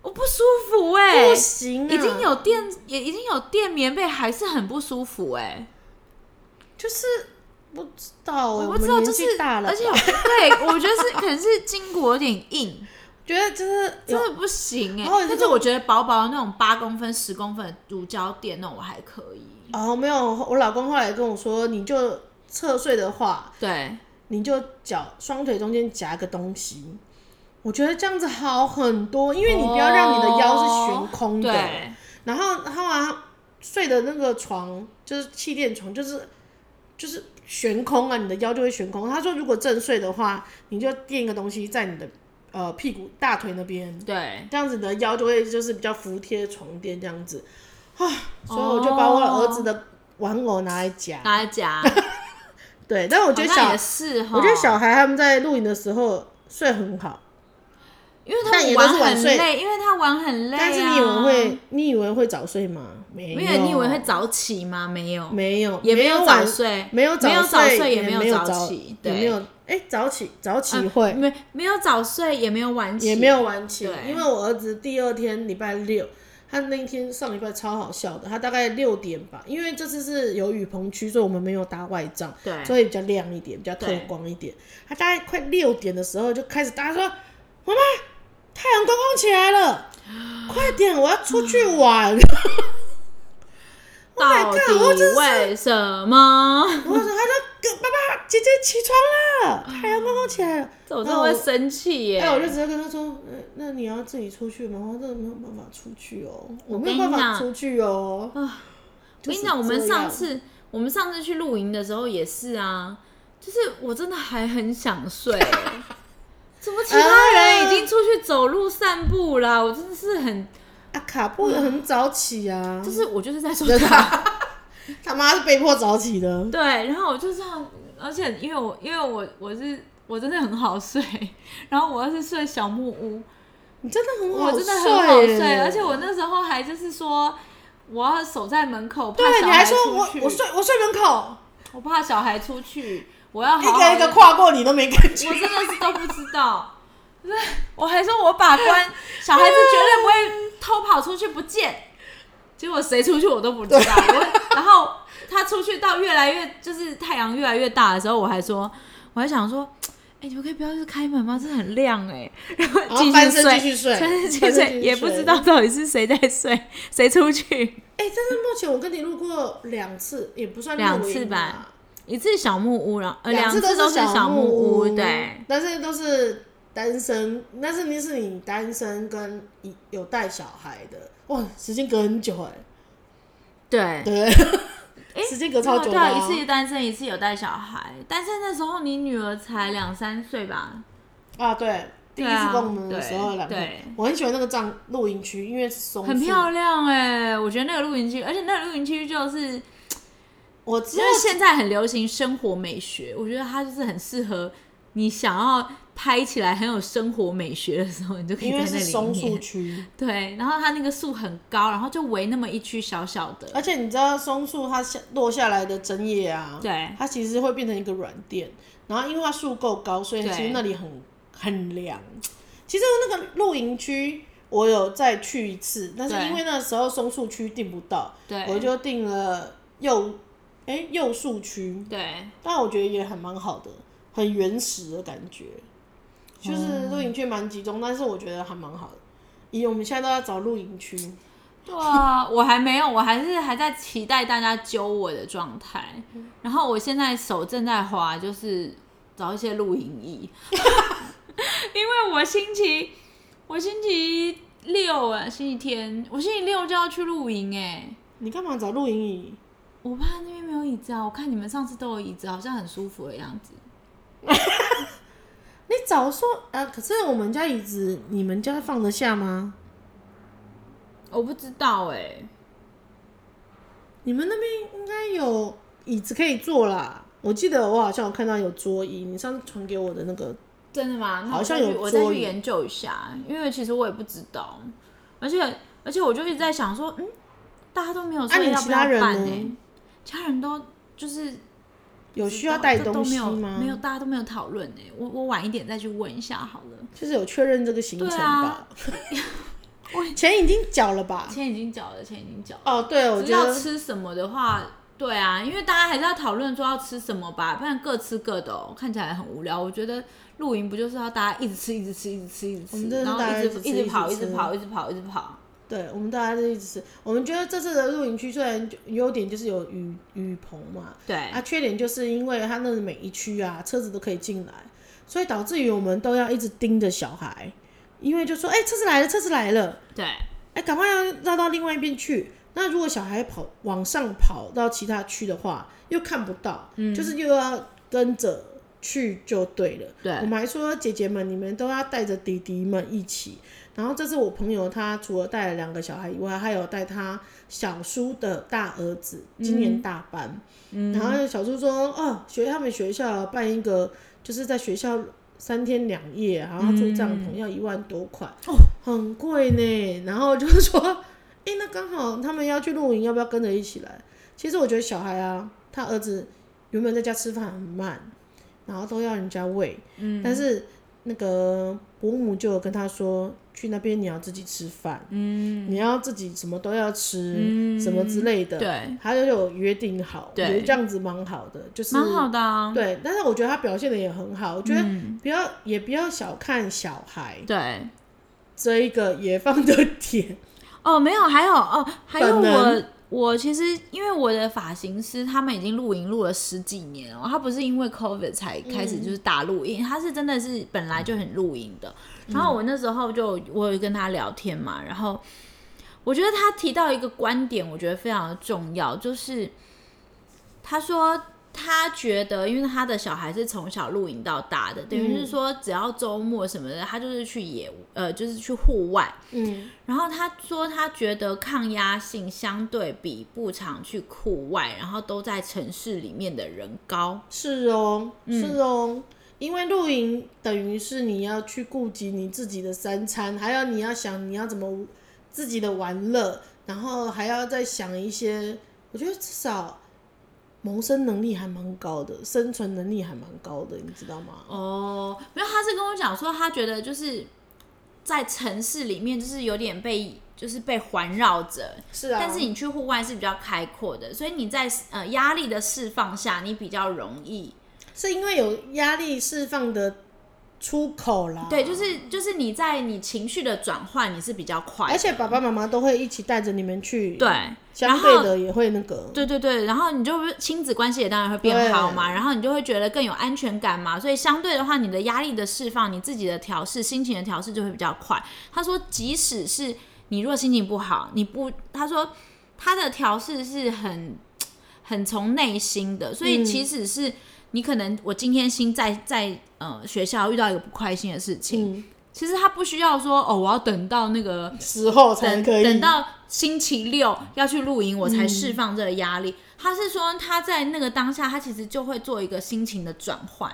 S2: 我不舒服哎、
S1: 不行、啊，
S2: 已经有垫，也已经有垫棉被，还是很不舒服哎、
S1: 就是不知道、欸，我
S2: 我不知道，
S1: 们
S2: 就
S1: 年
S2: 是
S1: 纪大了吧，
S2: 而且我对， 我觉得是可能是筋骨有点硬，
S1: 觉得就是有
S2: 真的不行
S1: 哦
S2: 哎、
S1: 然后
S2: 但
S1: 就是
S2: 是我觉得薄薄的那种八公分、十公分的乳胶垫那种我还可以。
S1: 哦，没有，我老公后来跟我说，你就侧睡的话，
S2: 对，
S1: 你就脚双腿中间夹个东西。我觉得这样子好很多，因为你不要让你的腰是悬空的。
S2: 哦对，
S1: 然后，然后啊，睡的那个床就是气垫床，就是就是悬空啊，你的腰就会悬空。他说，如果正睡的话，你就垫一个东西在你的呃屁股大腿那边，
S2: 对，
S1: 这样子你的腰就会就是比较服贴床垫这样子，
S2: 哦
S1: 啊，所以我就把我儿子的玩偶拿来夹，
S2: 大家夹，
S1: 对，但我觉得
S2: 好像
S1: 小
S2: 也，是哦哈，
S1: 我觉得小孩他们在露营的时候睡很好，
S2: 因为他
S1: 但
S2: 们
S1: 也都是
S2: 玩
S1: 晚
S2: 很
S1: 睡
S2: 累，因为他玩很累、啊。
S1: 但是你以为会，你以为会早睡吗？没有，
S2: 没有？你以为会早起吗？没有，
S1: 没有，
S2: 也没
S1: 有
S2: 早
S1: 晚，
S2: 睡，
S1: 没有
S2: 没有早
S1: 睡，
S2: 睡也
S1: 没
S2: 没有早
S1: 早
S2: 起
S1: 也
S2: 对
S1: 没有，哎，早起早起
S2: 嗯
S1: 会，
S2: 没没有早睡，也没有晚起，
S1: 也没有晚起
S2: 对，
S1: 因为我儿子第二天礼拜六，他那天上礼拜超好笑的，他大概六点吧，因为这次是有雨棚区，所以我们没有搭外帐，
S2: 对
S1: 所以比较亮一点，比较透
S2: 对
S1: 光一点。他大概快六点的时候就开始大家说：“妈妈，太阳公公起来了，快点，我要出去 玩。Oh my
S2: 到
S1: god，我真
S2: 底
S1: 是
S2: 为什么？
S1: 我说，他说爸爸，姐姐起床了，太阳公公起来了。
S2: 这我真的会生气耶！
S1: 哎，我就直接跟他说，呃那你要自己出去吗？我真的没有办法出去哦，我没有办
S2: 我跟
S1: 法
S2: 你讲
S1: 出去哦。
S2: 我
S1: 就
S2: 跟
S1: 是
S2: 你讲，我们
S1: 这
S2: 上
S1: 样
S2: 次我们上次去露营的时候也是啊，就是我真的还很想睡 欸、怎么其他人已经出去走路散步啦？我真的是很，
S1: 啊，卡布也很早起啊，
S2: 就是我就是在说
S1: 真的
S2: 他，
S1: 啊他妈是被迫早起的。
S2: 对，然后我就这样，而且因为我因为我我是我真的很好睡，然后我要是睡小木屋，
S1: 你真的很好
S2: 我
S1: 睡耶，
S2: 真的很好睡，而且我那时候还就是说我要守在门口，怕
S1: 对，
S2: 小
S1: 你还
S2: 孩
S1: 说
S2: 出
S1: 我
S2: 去，
S1: 我睡我睡门口，
S2: 我怕小孩出去，我要好
S1: 一
S2: 好
S1: 个一个
S2: 地
S1: 跨过你都没感觉
S2: 我。真的是都不知道。我还说我把关，小孩子绝对不会偷跑出去不见。结果谁出去我都不知道。 我然后他出去到越来越就是太阳越来越大的时候，我还说我还想说，哎、你们可以不要就是开门吗？这很亮哎、然后
S1: 然后
S2: 继
S1: 翻身
S2: 续睡，
S1: 继续睡
S2: 翻身继
S1: 翻
S2: 续
S1: 身继续
S2: 睡，也不
S1: 睡
S2: 知道到底是谁在睡，谁出去。
S1: 哎、但是目前我跟你录过两次，也不算啊
S2: 两
S1: 录音
S2: 次吧
S1: 啦，
S2: 一次小木屋，然后呃
S1: 两
S2: 两次
S1: 都
S2: 是
S1: 小
S2: 小木
S1: 屋，
S2: 屋，对，，
S1: 但是都是单身，但是你是你单身跟一有带小孩的，哇，时间隔很久哎、
S2: 对，
S1: 对，
S2: 哎
S1: 时间隔超久
S2: 对
S1: 的、
S2: 啊，
S1: 啊，
S2: 一次单身，一次有带小孩。但是那时候你女儿才两三岁吧？
S1: 啊，对。第一
S2: 对
S1: 次
S2: 啊
S1: 跟我们的时候，两个
S2: 对
S1: 我很喜欢那个帐露营区，因为是松
S2: 很
S1: 树
S2: 漂亮哎、我觉得那个露营区，而且那个露营区就是因
S1: 我知道
S2: 为现在很流行生活美学，我觉得它就是很适合你想要拍起来很有生活美学的时候，你就可以
S1: 因
S2: 在
S1: 为
S2: 那
S1: 是
S2: 里
S1: 松树
S2: 面。
S1: 区，
S2: 对，然后它那个树很高，然后就围那么一区小小的。
S1: 而且你知道松树它下落下来的针叶啊，
S2: 对
S1: 它其实会变成一个软垫，然后因为它树够高，所以
S2: 对
S1: 其实那里很很凉。其实那个露营区我有再去一次，但是
S2: 对
S1: 因为那时候松树区订不到，
S2: 对
S1: 我就订了柚哎、柚树区，
S2: 对，
S1: 但我觉得也还蛮好的，很原始的感觉，就是露营区蛮集中，但是我觉得还蛮好的。咦，我们现在都要找露营区，
S2: 对啊，我还没有，我还是还在期待大家揪我的状态。然后我现在手正在滑，就是找一些露营衣，因为我星期我星期六啊，星期天，我星期六就要去露营哎、
S1: 你干嘛找露营椅？
S2: 我怕那边没有椅子啊，我看你们上次都有椅子，好像很舒服的样子。
S1: 你早说呃，可是我们家椅子，你们家放得下吗？
S2: 我不知道哎、
S1: 你们那边应该有椅子可以坐啦。我记得我好像有看到有桌椅，你上次传给我的那个，
S2: 真的吗？那
S1: 好
S2: 我
S1: 像
S2: 再去
S1: 有
S2: 我再
S1: 桌
S2: 去
S1: 椅
S2: 研究一下，因为其实我也不知道，而且而且我就一直在想说，嗯，大家都没有说
S1: 啊你
S2: 要
S1: 其
S2: 不
S1: 他
S2: 要
S1: 人
S2: 办
S1: 呢
S2: 呢、其他人都就是
S1: 有
S2: 不
S1: 需
S2: 知
S1: 要
S2: 道
S1: 带
S2: 这
S1: 东西
S2: 都没
S1: 吗？
S2: 有，没有，大家都没有讨论呢。我我晚一点再去问一下好了。
S1: 就是有确认这个行程
S2: 对
S1: 吧
S2: 啊？
S1: 钱已经缴了 吧？
S2: 钱已经缴了，钱已经缴了。
S1: 哦，对，我
S2: 只是
S1: 觉
S2: 要
S1: 得
S2: 吃什么的话，对啊，因为大家还是要讨论说要吃什么吧，不然各吃各的、哦，看起来很无聊。我觉得露营不就是要大家一直吃，一直吃，一直吃，一直
S1: 我们真
S2: 吃，
S1: 的是
S2: 然后
S1: 大家
S2: 一
S1: 一
S2: 直
S1: 直吃
S2: 直跑，
S1: 一
S2: 一
S1: 直吃
S2: 直跑，一直跑，一直跑。
S1: 对，我们大家都一直吃。我们觉得这次的露营区虽然就优点就是有雨雨棚嘛，
S2: 对，
S1: 啊，缺点就是因为它那每一区啊，车子都可以进来，所以导致于我们都要一直盯着小孩，因为就说，哎、车子来了，车子来了，
S2: 对，
S1: 哎、赶快要绕到另外一边去。那如果小孩跑往上跑到其他区的话，又看不到，就是又要跟着去就对了。
S2: 对
S1: 我们还说姐姐们，你们都要带着弟弟们一起。然后这次我朋友他除了带了两个小孩以外，还有带他小叔的大儿子，今年大班。然后小叔说，哦，学他们学校办一个，就是在学校三天两夜，然后住帐篷要一万多块，哦，很贵呢。然后就是说，哎、那刚好他们要去露营，要不要跟着一起来？其实我觉得小孩啊，他儿子原本在家吃饭很慢，然后都要人家喂，嗯，但是那个伯母就有跟他说，去那边你要自己吃饭，嗯，你要自己什么都要吃，什么之类的，
S2: 嗯对，
S1: 他就有约定好，我
S2: 对
S1: 觉得这样子蛮好的，就是
S2: 蛮好嗯的啊。
S1: 对，但是我觉得他表现的也很好，我觉得不要、也不要小看小孩，
S2: 对，
S1: 这一个野放的 点，
S2: 哦，没有，还有哦，还有
S1: 本
S2: 我
S1: 能
S2: 我其实因为我的发型师他们已经录影录了十几年哦，他不是因为 COVID 才开始
S1: 嗯
S2: 就是打录音，他是真的是本来就很录音的。然后我
S1: 嗯
S2: 那时候就我有跟他聊天嘛，然后我觉得他提到一个观点，我觉得非常的重要，就是他说。他觉得，因为他的小孩是从小露营到大的，等
S1: 嗯
S2: 于是说，只要周末什么的，他就是去野，呃，就是去户外。
S1: 嗯，
S2: 然后他说，他觉得抗压性相对比不常去户外，然后都在城市里面的人高。
S1: 是哦，
S2: 嗯
S1: 是哦，因为露营等于是你要去顾及你自己的三餐，还有你要想你要怎么自己的玩乐，然后还要再想一些，我觉得至少谋生能力还蛮高的，生存能力还蛮高的，你知道吗？
S2: 哦，没有，他是跟我讲说，他觉得就是在城市里面，就是有点被就是被环绕着，
S1: 是啊，
S2: 但是你去户外是比较开阔的，所以你在呃压力的释放下，你比较容易。
S1: 是因为有压力释放的出口啦，
S2: 对，就是就是你在你情绪的转换，你是比较快的，
S1: 而且爸爸妈妈都会一起带着你们去，
S2: 对，，然
S1: 相
S2: 后
S1: 对的也会那个，
S2: 对对对，然后你就亲子关系也当然会变好嘛，
S1: 对
S2: 然后你就会觉得更有安全感嘛，所以相对的话，你的压力的释放，你自己的调试，心情的调试就会比较快。他说，即使是你如果心情不好，你不，他说他的调试是很很从内心的，所以
S1: 嗯
S2: 即使是你可能我今天心在在呃学校遇到一个不开心的事情，
S1: 嗯，
S2: 其实他不需要说哦，我要等到那个
S1: 时候才
S2: 等
S1: 可以嗯
S2: 等到星期六要去露营，我才释放这个压力。他是说他在那个当下，他其实就会做一个心情的转换，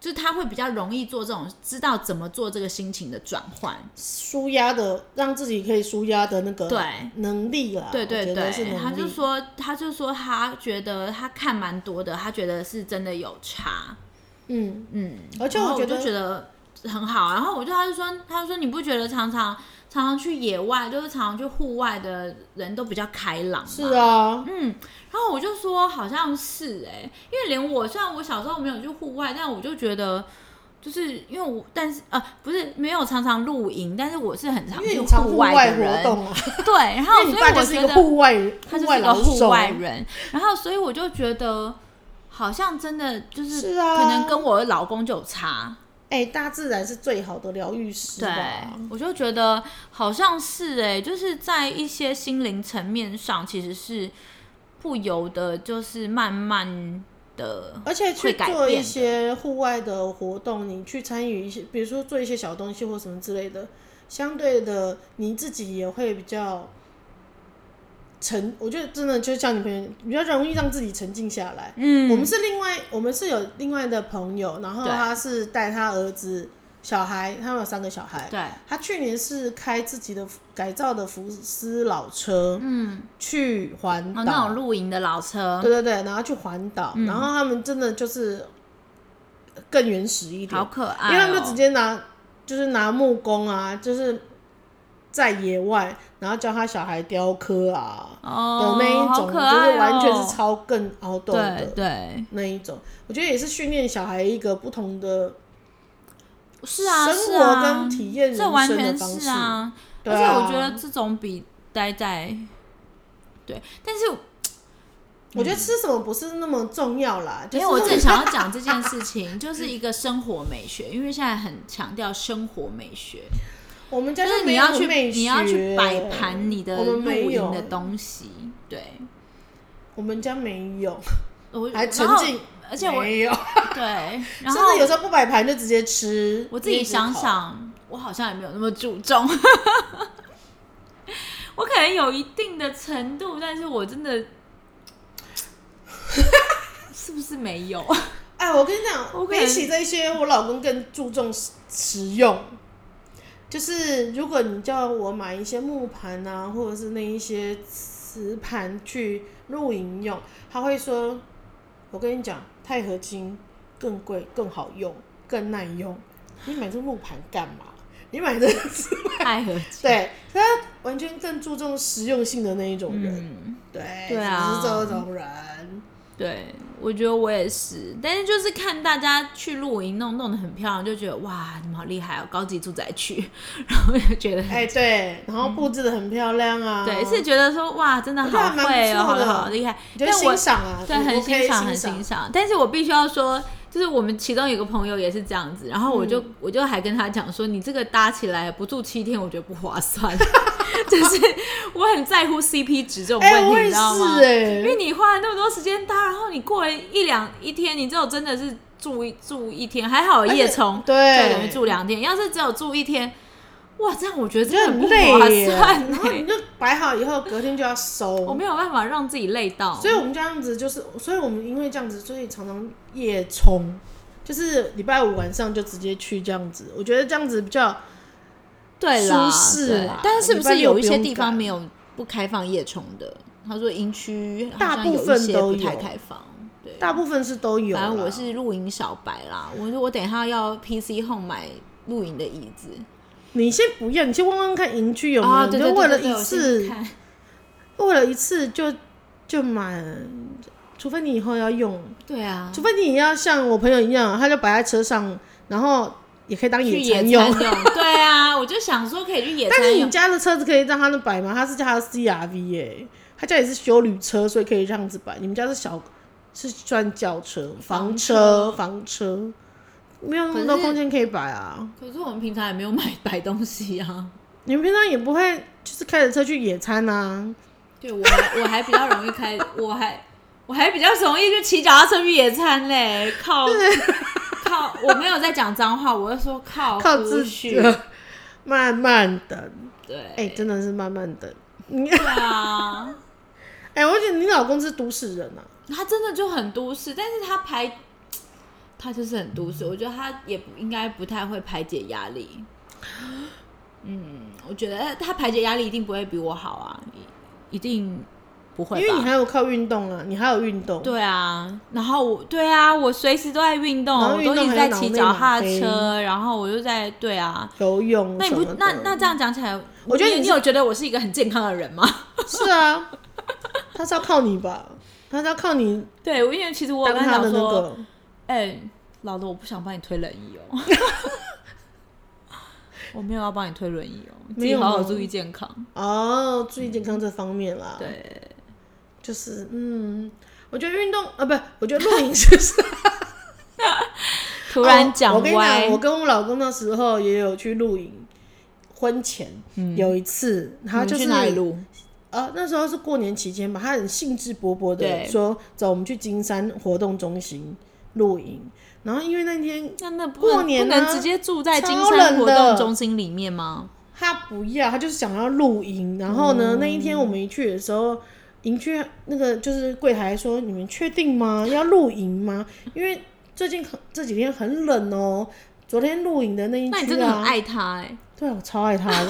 S2: 就是他会比较容易做这种知道怎么做这个心情的转换。
S1: 舒压的，让自己可以舒压的那个
S2: 对
S1: 能力啦，
S2: 对对
S1: 嗯我觉得是能
S2: 对，
S1: 力
S2: 他就说他就说他觉得他看蛮多的，他觉得是真的有差。
S1: 嗯，
S2: 嗯，
S1: 而且
S2: 然后
S1: 我觉
S2: 就
S1: 得
S2: 觉得很好。然后我就他就说，他就说你不觉得常常常常去野外，就是常常去户外的人都比较开朗吗？
S1: 是啊，
S2: 嗯，然后我就说好像是哎、因为连我虽然我小时候没有去户外，但我就觉得。就是因为我，但是呃，不是没有常常露营，但是我是很常
S1: 因为
S2: 去
S1: 你常户
S2: 外的
S1: 活
S2: 人，
S1: 动啊，
S2: 对，然后
S1: 因为你
S2: 所以
S1: 爸
S2: 我
S1: 就是一
S2: 觉
S1: 个
S2: 得
S1: 户外，
S2: 他就
S1: 外
S2: 是一个
S1: 老
S2: 户
S1: 手
S2: 外，人，然后所以我就觉得好像真的就是
S1: 是啊
S2: 可能跟我的老公就有差，
S1: 哎，大自然是最好的疗愈师
S2: 对
S1: 吧，，
S2: 我就觉得好像是哎、就是在一些心灵层面上，其实是不由得就是慢慢的，
S1: 而且去
S2: 会改
S1: 做一
S2: 变的
S1: 些户外的活动，你去参与一些，比如说做一些小东西或什么之类的，相对的你自己也会比较沉。我觉得真的就像你朋友，比较容易让自己沉静下来。
S2: 嗯，
S1: 我们是另外，我们是有另外的朋友，然后
S2: 对
S1: 他是带他儿子、小孩，他们有三个小孩。
S2: 对，
S1: 他去年是开自己的改造的福斯老车
S2: 嗯，
S1: 去环岛、
S2: 哦，那嗯种露营的老车，
S1: 对对对，然后去环岛，然后他们真的就是更原始一点，
S2: 好可爱、哦，
S1: 因为他们就直接拿就是拿木工啊，就是在野外，然后教他小孩雕刻啊、的
S2: 哦
S1: 那一
S2: 好
S1: 种，
S2: 可爱、哦、
S1: 就是完全是超更 outdoor
S2: 哦对
S1: 的
S2: 对，
S1: 那一种。我觉得也是训练小孩一个不同的
S2: 是啊，
S1: 生
S2: 是
S1: 活
S2: 啊
S1: 跟体验人
S2: 这完
S1: 生
S2: 全
S1: 的方
S2: 是
S1: 式。
S2: 啊，
S1: 对
S2: 而且
S1: 啊
S2: 我觉得这种比待在对，但是
S1: 我觉得吃什么不是那么重要啦，就
S2: 因
S1: 是
S2: 为嗯我正想要讲这件事情，就是一个生活美学，因为现在很强调生活美学，
S1: 我们家
S2: 就是
S1: 没
S2: 你
S1: 有
S2: 要去
S1: 美
S2: 你要去
S1: 学
S2: 摆盘你的
S1: 我们
S2: 露
S1: 没有
S2: 营的东西，对。
S1: 我们家没有，
S2: 我
S1: 还
S2: 然
S1: 沉
S2: 后
S1: 浸，
S2: 而且我
S1: 没有，
S2: 对，然
S1: 甚
S2: 后
S1: 至有时候不摆盘就直接吃。
S2: 我自己
S1: 一直
S2: 想
S1: 烤，
S2: 想，我好像也没有那么注重， 我可能有一定的程度，但是我真的 是不是没有？
S1: 哎，我跟你讲，
S2: 我可能
S1: 比起这些，我老公更注重实实用。就是如果你叫我买一些木盘啊，或者是那一些瓷盘去露营用，他会说：“我跟你讲，钛合金更贵、更好用、更耐用。你买这木盘干嘛？你买 这瓷盘
S2: 爱合金。
S1: 对，他完全更注重实用性的那一种人。
S2: 嗯，
S1: 对，
S2: 对啊
S1: 就是这种人。
S2: 对，我觉得我也是，但是就是看大家去露营弄弄得很漂亮，就觉得哇，你们好厉害哦，高级住宅区， 然后就觉得很、
S1: 哎、对，然后布置的很漂亮啊，
S2: 对，是觉得说哇，真的
S1: 我觉得
S2: 好
S1: 还蛮
S2: 会哦，
S1: 不错
S2: 好
S1: 的
S2: 好厉害。
S1: 你
S2: 但
S1: 就
S2: 我
S1: 欣赏啊，
S2: 对，
S1: 你
S2: 很
S1: OK
S2: 欣赏，很
S1: 欣
S2: 欣。赏。但是我必须要说，就是我们其中有个朋友也是这样子，然后
S1: 嗯
S2: 我就、我就还跟他讲说，你这个搭起来不住七天，我觉得不划算。 就是 我很在乎 CP 值这种问
S1: 哎、
S2: 题，
S1: 我也
S2: 你知道吗？
S1: 是哎、
S2: 因为你花了那么多时间搭，然后你过了一两一天，你只有真的是住一住一天，还好有夜虫，
S1: 对
S2: 就等于住两天。要是只有住一天，哇，这样我觉得
S1: 就
S2: 真的
S1: 很
S2: 不
S1: 累
S2: 划
S1: 耶，
S2: 算
S1: 然后你
S2: 欸。
S1: 就摆好以后，隔天就要收。
S2: 我没有啊办法让自己累到，
S1: 所以我们这样子就是，所以我们因为这样子，所以常常夜冲，就是礼拜五晚上就直接去这样子。我觉得这样子比较
S2: 对
S1: 舒
S2: 啦，
S1: 适啊
S2: 对
S1: 啦
S2: 但是是不
S1: 礼拜
S2: 是
S1: 六
S2: 有一些
S1: 不用
S2: 地方
S1: 赶
S2: 没有不开放夜冲的？他说营区好
S1: 大
S2: 像
S1: 部
S2: 有一
S1: 分
S2: 些
S1: 都
S2: 不太
S1: 有
S2: 开放，对，
S1: 大部分是都有啦。
S2: 反正我是露营小白啦。我说我等一下要 PC Home 买露营的椅子，
S1: 你先不要，你先问问看营区有没有，
S2: 啊，
S1: 你
S2: 对
S1: 就
S2: 对
S1: 为
S2: 对
S1: 了
S2: 对对，
S1: 一
S2: 我先
S1: 次，
S2: 看
S1: 为了一次就就买，除非你以后要用，
S2: 对啊，
S1: 除非你要像我朋友一样，他就摆在车上，然后也可以当
S2: 去
S1: 野
S2: 野
S1: 餐
S2: 餐
S1: 用。
S2: 用，对啊，我就想说可以去野
S1: 但是
S2: 餐
S1: 你
S2: 用，
S1: 家的车子可以让他们摆吗？他是家的 CRV 耶、他家也是修旅车，所以可以这样子摆。你们家是小，是算轿车、房
S2: 房
S1: 车、
S2: 车
S1: 房车，没有那
S2: 可
S1: 么
S2: 是
S1: 多空间可以摆啊。
S2: 可是我们平常也没有买摆东西啊。
S1: 你们平常也不会就是开着车去野餐啊？
S2: 对我还我还比较容易开，我还我还比较容易就骑脚踏车去野餐嘞，靠靠，我没有在讲脏话，我是说靠
S1: 靠
S2: 不
S1: 自
S2: 许
S1: 己， 慢慢等。
S2: 对，
S1: 哎、真的是慢慢等。
S2: 对啊，
S1: 哎、我觉得你老公是都市人啊，
S2: 他真的就很都市，但是他排。他就是很都市，我觉得他也不应该不太会排解压 力。嗯，我觉得他排解压力一定不会比我好啊，一一定不会
S1: 因
S2: 吧。
S1: 为你还有靠运动啊，你还有运动。
S2: 对啊，然后我对啊，我随时都在运动，
S1: 然后
S2: 我
S1: 运动
S2: 都一直
S1: 还有
S2: 在
S1: 脑
S2: 骑
S1: 内
S2: 脚
S1: 吗
S2: 踏
S1: 飞
S2: 车，然后我就在对啊。
S1: 游泳
S2: 那
S1: 什
S2: 你
S1: 么
S2: 不
S1: 的，
S2: 那那这样讲起来，
S1: 我觉得
S2: 你
S1: 你
S2: 你
S1: 是
S2: 有觉得我是一个很健康的人吗？
S1: 是啊，他是要靠你吧？他是要靠你
S2: 对，我因为其实我有
S1: 当
S2: 跟
S1: 他
S2: 讲
S1: 的那
S2: 说，
S1: 个，
S2: 哎、老了我不想帮你推轮椅哦， 我没有要帮你推轮椅哦，你自
S1: 没
S2: 己
S1: 有
S2: 好好
S1: 吗
S2: 注意健康。
S1: 哦，注意健康这方面啦。，
S2: 对，
S1: 就是嗯，我觉得运动啊，不，我觉得露营是 哦
S2: 突然
S1: 我
S2: 讲
S1: 跟你讲，
S2: 歪
S1: 我，跟我老公那时候也有去露营，婚前、有一次，
S2: 嗯你
S1: 他
S2: 们
S1: 就是
S2: 去哪里录？
S1: 呃，那时候是过年期间吧，他很兴致勃勃的
S2: 对
S1: 说，走，我们去金山活动中心露营。然后因为那天
S2: 那那不
S1: 过
S2: 能
S1: 年
S2: 不能
S1: 啊
S2: 直接住在金
S1: 超
S2: 山
S1: 冷
S2: 活
S1: 的
S2: 动中心里面吗？
S1: 他不要，他就是想要露营。然后呢，那一天我们一去的时候，营区那个就是柜台说：“你们确定 吗？要露营吗？因为最近很这几天很冷哦、昨天露营的那一区、啊，
S2: 那你真的很爱他哎、
S1: 对啊我超爱他的，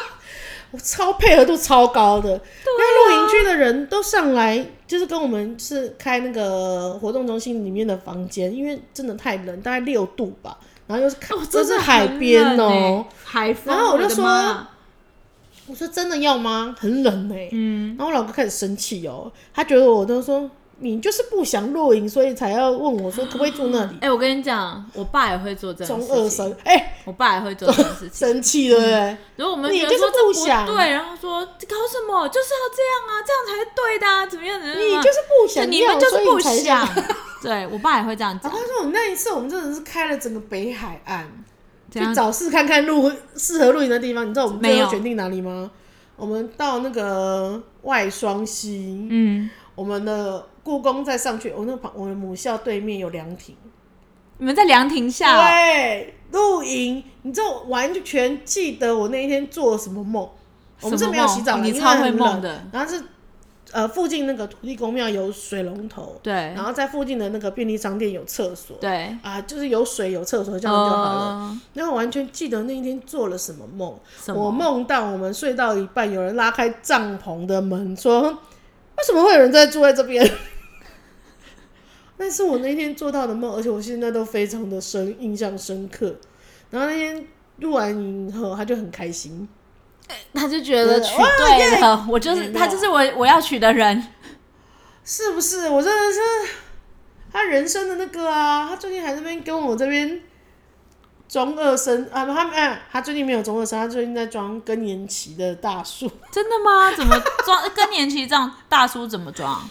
S1: 我超配合度超高的。
S2: 啊
S1: 那露营区的人都上来，就是跟我们是开那个活动中心里面的房间，因为真的太冷，大概六度吧。然后又是看、
S2: 哦，
S1: 都
S2: 真
S1: 是
S2: 的
S1: 海边哦、
S2: 哦，海风。
S1: 然后我就
S2: 的
S1: 说
S2: 妈
S1: 我说真的要吗？很冷哎、
S2: 嗯，
S1: 然后我老公开始生气哦、他觉得我都说你就是不想露营，所以才要问我说可不可以住那里
S2: 哎、。我跟你讲，我爸也会做这种
S1: 中
S2: 事
S1: 二
S2: 情，
S1: 生哎、
S2: 我爸也会做这种事情。
S1: 生气对不对？
S2: 如果我们
S1: 你
S2: 觉得
S1: 就是
S2: 说这
S1: 不想
S2: 对，然后说搞什么，就是要这样啊，这样才是对的啊，怎么样？怎么样
S1: 你
S2: 啊
S1: 就是不想
S2: 对
S1: 要，
S2: 你们就是
S1: 所
S2: 不
S1: 以才这
S2: 想
S1: 样。
S2: 对我爸也会这样
S1: 然
S2: 讲
S1: 后，他说我们那一次我们真的是开了整个北海岸，
S2: 这
S1: 去
S2: 样
S1: 找试看看露适合露营的地方。你知道我们最
S2: 没
S1: 后
S2: 有
S1: 选定哪里吗？我们到那个外双溪，
S2: 嗯，
S1: 我们的故宫再上去，我那旁我的母校对面有凉亭，
S2: 你们在凉亭下哦、
S1: 对，露营。你知道我完全记得我那一天做了什么梦？我们
S2: 什
S1: 是
S2: 么
S1: 没有洗
S2: 梦哦
S1: 澡的，
S2: 你
S1: 因为
S2: 超会
S1: 很冷
S2: 梦的。
S1: 然后是呃附近那个土地公庙有水龙头，
S2: 对
S1: 然后在附近的那个便利商店有厕所，
S2: 对，
S1: 啊，就是有水有厕所这样就好了。
S2: 哦，
S1: 那、我完全记得那一天做了什么梦，
S2: 什
S1: 我
S2: 么
S1: 梦到我们睡到一半，有人拉开帐篷的门，说：“为什么会有人在住在这边？” 那是我那天做到的梦，而且我现在都非常的深印象深刻。然后那天录完影以后，他就很开心，
S2: 他就觉得
S1: 对
S2: 娶
S1: 哇
S2: 对了，我就
S1: 没
S2: 是
S1: 有
S2: 他就是我我要娶的人，
S1: 是不是？我真的是他人生的那个啊，他最近还在那边跟我这边中二生啊，不他们、啊、他最近没有中二生，他最近在装更年期的大叔，
S2: 真的吗？怎么装 更年期这样大叔怎么装？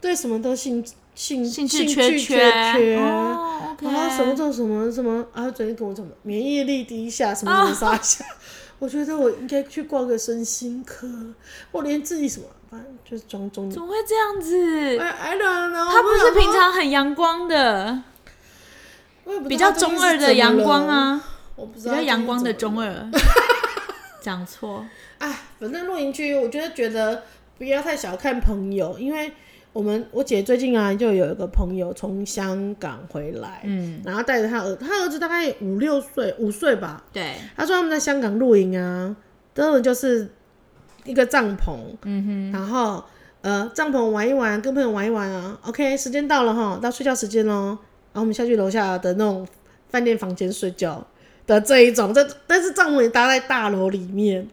S1: 对什么都兴兴
S2: 兴
S1: 趣
S2: 趣
S1: 缺
S2: 缺
S1: 缺
S2: 哦，OK，
S1: 然后什么做什么什么啊，昨天跟我讲免疫力低下，什
S2: 啊
S1: 么什么啥 下，我觉得我应该去挂个身心科，我连自己什么，反正就是装中年。
S2: 怎么会这样子？
S1: I I don't know，
S2: 他不
S1: 啊我
S2: 是
S1: 想说
S2: 平常很阳光的，
S1: 我也不
S2: 比
S1: 知道
S2: 较
S1: 他最近
S2: 中
S1: 是
S2: 二
S1: 怎么
S2: 的阳光
S1: 了，
S2: 啊，
S1: 我不知
S2: 比
S1: 道他最
S2: 较
S1: 近
S2: 阳光的
S1: 怎么
S2: 中
S1: 了。
S2: 二。讲错，
S1: 哎，反正露营区，我觉得觉得不要太小看朋友，因为我们我姐最近啊，就有一个朋友从香港回来，嗯，然后带着他儿，他儿子大概五六岁，五岁吧，
S2: 对，
S1: 他说他们在香港露营啊，真的就是一个帐篷，嗯哼，然后呃帐篷玩一玩，跟朋友玩一玩啊。OK，时间到了哈，到睡觉时间喽，然后我们下去楼下的那种饭店房间睡觉的这一种，这但是帐篷也搭在大楼里面。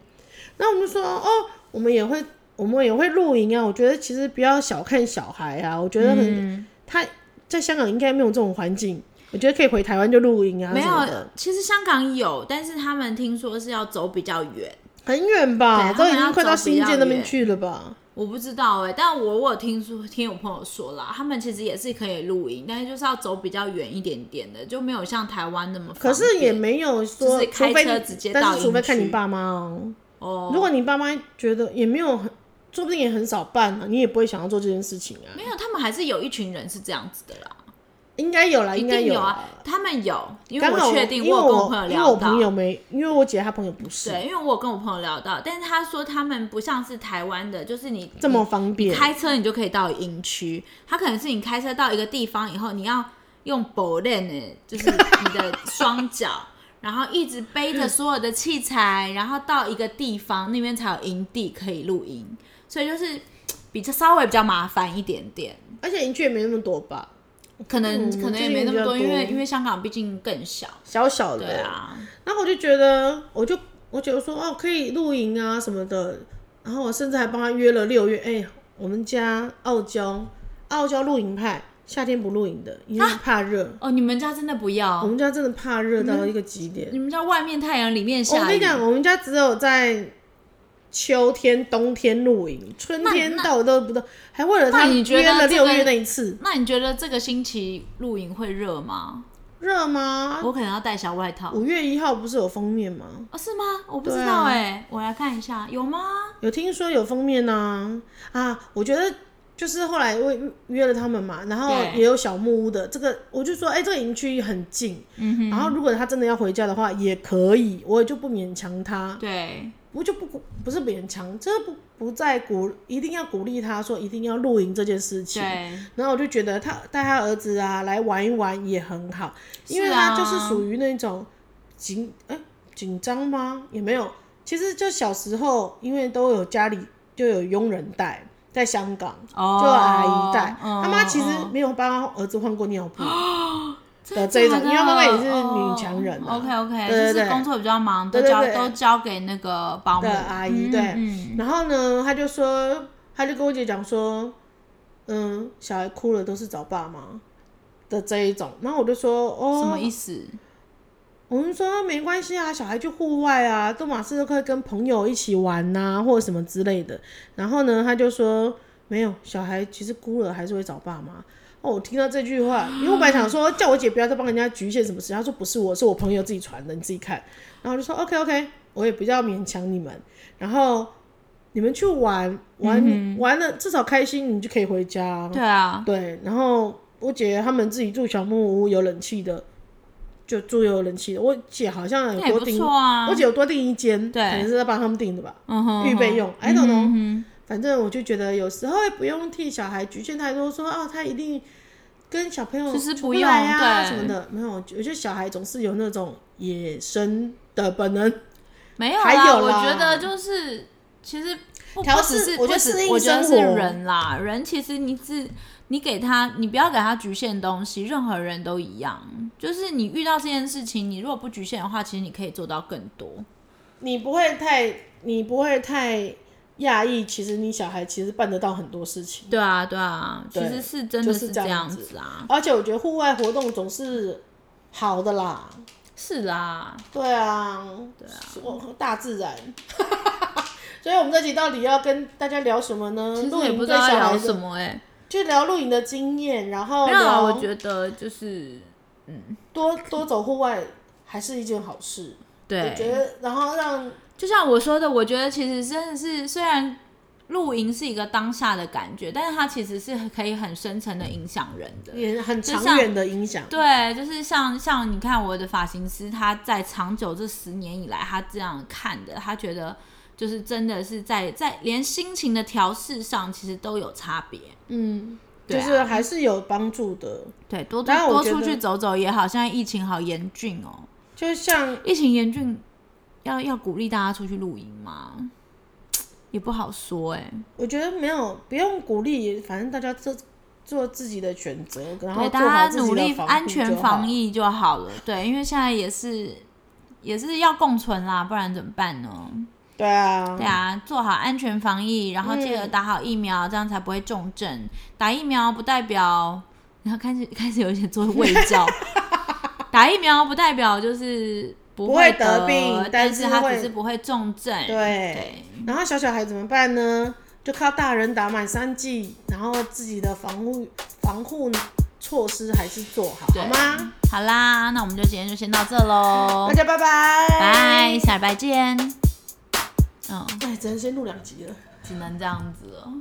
S1: 那我们说哦，我们也会我们也会露营啊。我觉得其实不要小看小孩啊，我觉得很、他在香港应该没有这种环境。我觉得可以回台湾就露营啊，
S2: 没
S1: 什么的
S2: 有。其实香港有，但是他们听说是要走比较远，
S1: 很远吧？
S2: 对
S1: 都已经
S2: 他们要
S1: 快到
S2: 走比
S1: 新
S2: 较
S1: 界那边
S2: 远
S1: 去了吧？
S2: 我不知道哎、但我我有听说听我朋友说啦，他们其实也是可以露营，但是就是要走比较远一点点的，就没有像台湾那么方便。
S1: 可是也没有说，
S2: 就是
S1: 除
S2: 开
S1: 非
S2: 车
S1: 你
S2: 直接
S1: 但
S2: 到
S1: 是除非
S2: 营
S1: 看你
S2: 区
S1: 爸妈哦。
S2: 哦，
S1: 如果你爸妈觉得也没有很，说不定也很少办啊，你也不会想要做这件事情啊。
S2: 没有，他们还是有一群人是这样子的啦，
S1: 应该有啦，
S2: 一
S1: 应该
S2: 定有
S1: 啦
S2: 啊。，他们有，因为
S1: 刚好
S2: 我确定
S1: 因为
S2: 我有跟
S1: 我
S2: 我朋友
S1: 因为我
S2: 聊
S1: 朋
S2: 到。
S1: 友没，因为我姐她朋友不是
S2: 对，因为我有跟我朋友聊到，但是他说他们不像是台湾的，就是你
S1: 这么方便，
S2: 开车你就可以到营区，它可能是你开车到一个地方以后，你要用 b 链呢，就是 你的双脚，然后一直背着所有的器材，然后到一个地方那边才有营地可以露营，所以就是比较稍微比较麻烦一点点，
S1: 而且营区也没那么多吧，
S2: 可能、
S1: 嗯
S2: 可能也没那么多，
S1: 最近比较多
S2: 因为因为香港毕竟更小，
S1: 小小的。
S2: 对啊，
S1: 然后我就觉得，我就我觉得说哦，可以露营啊什么的。然后我甚至还帮他约了六月，哎、我们家傲娇，傲娇露营派，夏天不露营的，因为怕热。
S2: 哦，你们家真的不
S1: 我
S2: 要，
S1: 们家真的怕热到一个极点。
S2: 你们家外面太阳，里面
S1: 我
S2: 嗯下
S1: 跟你
S2: 雨，
S1: 讲，我们家只有在秋天、冬天露营，春天到我都不到，还为了他
S2: 那你觉得
S1: 约了
S2: 这个
S1: 六月那一次，
S2: 那你觉得这个星期露营会热吗？
S1: 热吗？
S2: 我可能要带小外套。
S1: 五月一号不是有封面吗？
S2: 哦，是吗？我不
S1: 对
S2: 知
S1: 啊
S2: 道哎、我来看一下，有吗？
S1: 有听说有封面呢、啊？我觉得就是后来我约了他们嘛，然后
S2: 对
S1: 也有小木屋的这个，我就说，哎、这个营区很近，
S2: 嗯哼，
S1: 然后如果他真的要回家的话，也可以，我也就不勉强他，
S2: 对，
S1: 我就不鼓不是勉强，这不不再鼓，一定要鼓励他说一定要露营这件事情。
S2: 对，
S1: 然后我就觉得他带他儿子啊来玩一玩也很好，因为
S2: 是
S1: 他
S2: 啊
S1: 就是属于那种紧哎紧张吗？也没有，其实就小时候因为都有家里就有佣人带，在香港
S2: 哦
S1: 就有阿姨带，
S2: 嗯
S1: 他妈其实
S2: 嗯
S1: 没有帮儿子换过尿 布。的
S2: 真
S1: 这一种
S2: 假的
S1: 因为她妈妈也是女强人啊
S2: OK OK，
S1: 对对
S2: 就
S1: 对
S2: 是工作比较忙，
S1: 对
S2: 都
S1: 对
S2: 交
S1: 对
S2: 都交给那个保姆
S1: 的阿姨，对，
S2: 嗯，嗯
S1: 然后呢，他就说，他就跟我姐讲说，嗯，小孩哭了都是找爸妈的这一种，然后我就说，哦，
S2: 嗯什么意思？
S1: 我们说没关系啊，小孩去户外啊，都马是都可以跟朋友一起玩呐、或者什么之类的。然后呢，他就说没有，小孩其实哭了还是会找爸妈。哦，我听到这句话，因为我本来想说叫我姐不要再帮人家局限什么事，她说不是我，是我朋友自己传的，你自己看。然后我就说 OK OK，我也比较勉强你们，然后你们去玩玩、玩了，至少开心，你就可以回家啊、
S2: 对啊，
S1: 对，然后我姐他们自己住小木屋，有冷气的，就住有冷气的。我姐好像
S2: 那
S1: 有
S2: 也
S1: 多
S2: 不
S1: 订，
S2: 错啊
S1: 我。姐有多订一间，
S2: 对
S1: 可能是在帮他们订的吧，
S2: 嗯哼，
S1: 预备用。I don't know，、
S2: 嗯
S1: 反正我就觉得有时候也不用替小孩局限太多，说哦，他一定跟小朋友
S2: 就是
S1: 出
S2: 不
S1: 来
S2: 用
S1: 啊
S2: 对
S1: 什么的，没有。我觉得小孩总是有那种野生的本能，
S2: 没有
S1: 还
S2: 啦，
S1: 有
S2: 我
S1: 啦
S2: 觉得就是其实不
S1: 调
S2: 不
S1: 试
S2: 只是
S1: 我
S2: 不
S1: 觉得适
S2: 只
S1: 应
S2: 我觉得
S1: 生
S2: 是
S1: 活
S2: 人啦，人其实你只你给他，你不要给他局限东西，任何人都一样。就是你遇到这件事情，你如果不局限的话，其实你可以做到更多。
S1: 你不会太，你不会太。亚裔，其实你小孩其实办得到很多事情。
S2: 对啊，对啊，其实是真的
S1: 就是
S2: 这
S1: 这
S2: 样
S1: 样
S2: 子啊，
S1: 而且我觉得户外活动总是好的啦。
S2: 是啦，
S1: 对啊，对啊，大自然。 所以我们这集到底要跟大家聊什么呢？
S2: 其实
S1: 露
S2: 也
S1: 营
S2: 不
S1: 嗯对
S2: 知道
S1: 小
S2: 要
S1: 孩的
S2: 聊什，么哎、
S1: 就聊露营的经验，然后
S2: 没有啊，
S1: 聊哦
S2: 我觉得就是
S1: 多多走户外还是一件好事。我觉
S2: 对，
S1: 得，然后让
S2: 就像我说的，我觉得其实真的是虽然。露营是一个当下的感觉，但是它其实是可以很深层的影响人的。
S1: 也很长
S2: 像
S1: 远的影响。
S2: 对，就是像像你看我的发型师，他在长久这十年以来，他这样看的，他觉得就是真的是在在连心情的调试上，其实都有差别。
S1: 嗯，
S2: 对
S1: 就
S2: 啊
S1: 是还是有帮助的。
S2: 对，多多
S1: 当然我
S2: 多
S1: 觉
S2: 出
S1: 得
S2: 去走走也好，现在疫情好严峻哦，
S1: 就像
S2: 疫情严峻，要要鼓励大家出去露营吗？也不好说哎、
S1: 我觉得没有不用鼓励，反正大家做做自己的选择，然后
S2: 对，
S1: 做好
S2: 大
S1: 自己
S2: 家
S1: 的
S2: 努力
S1: 防
S2: 安
S1: 护
S2: 全
S1: 就好
S2: 防。疫就好了。对，因为现在也是也是要共存啦，不然怎么办呢？
S1: 对啊，
S2: 对啊，做好安全防疫，然后记得
S1: 嗯
S2: 打好疫苗，这样才不会重症。打疫苗不代表，然后开始开始有一些做卫 教，打疫苗不代表就是不
S1: 不会
S2: 得
S1: 得病
S2: 但
S1: 但
S2: 是
S1: 是
S2: 它
S1: 会
S2: 只是不会重症。
S1: 对然后小小孩怎么办呢？就靠大人打满三剂，然后自己的防护防护措施还是做好，
S2: 对
S1: 好吗？
S2: 好啦，那我们就今天就先到这喽
S1: 大，家拜拜，哎
S2: 拜，。下礼拜见。嗯，
S1: 哎，只能先录两集了。
S2: 只能这样子了。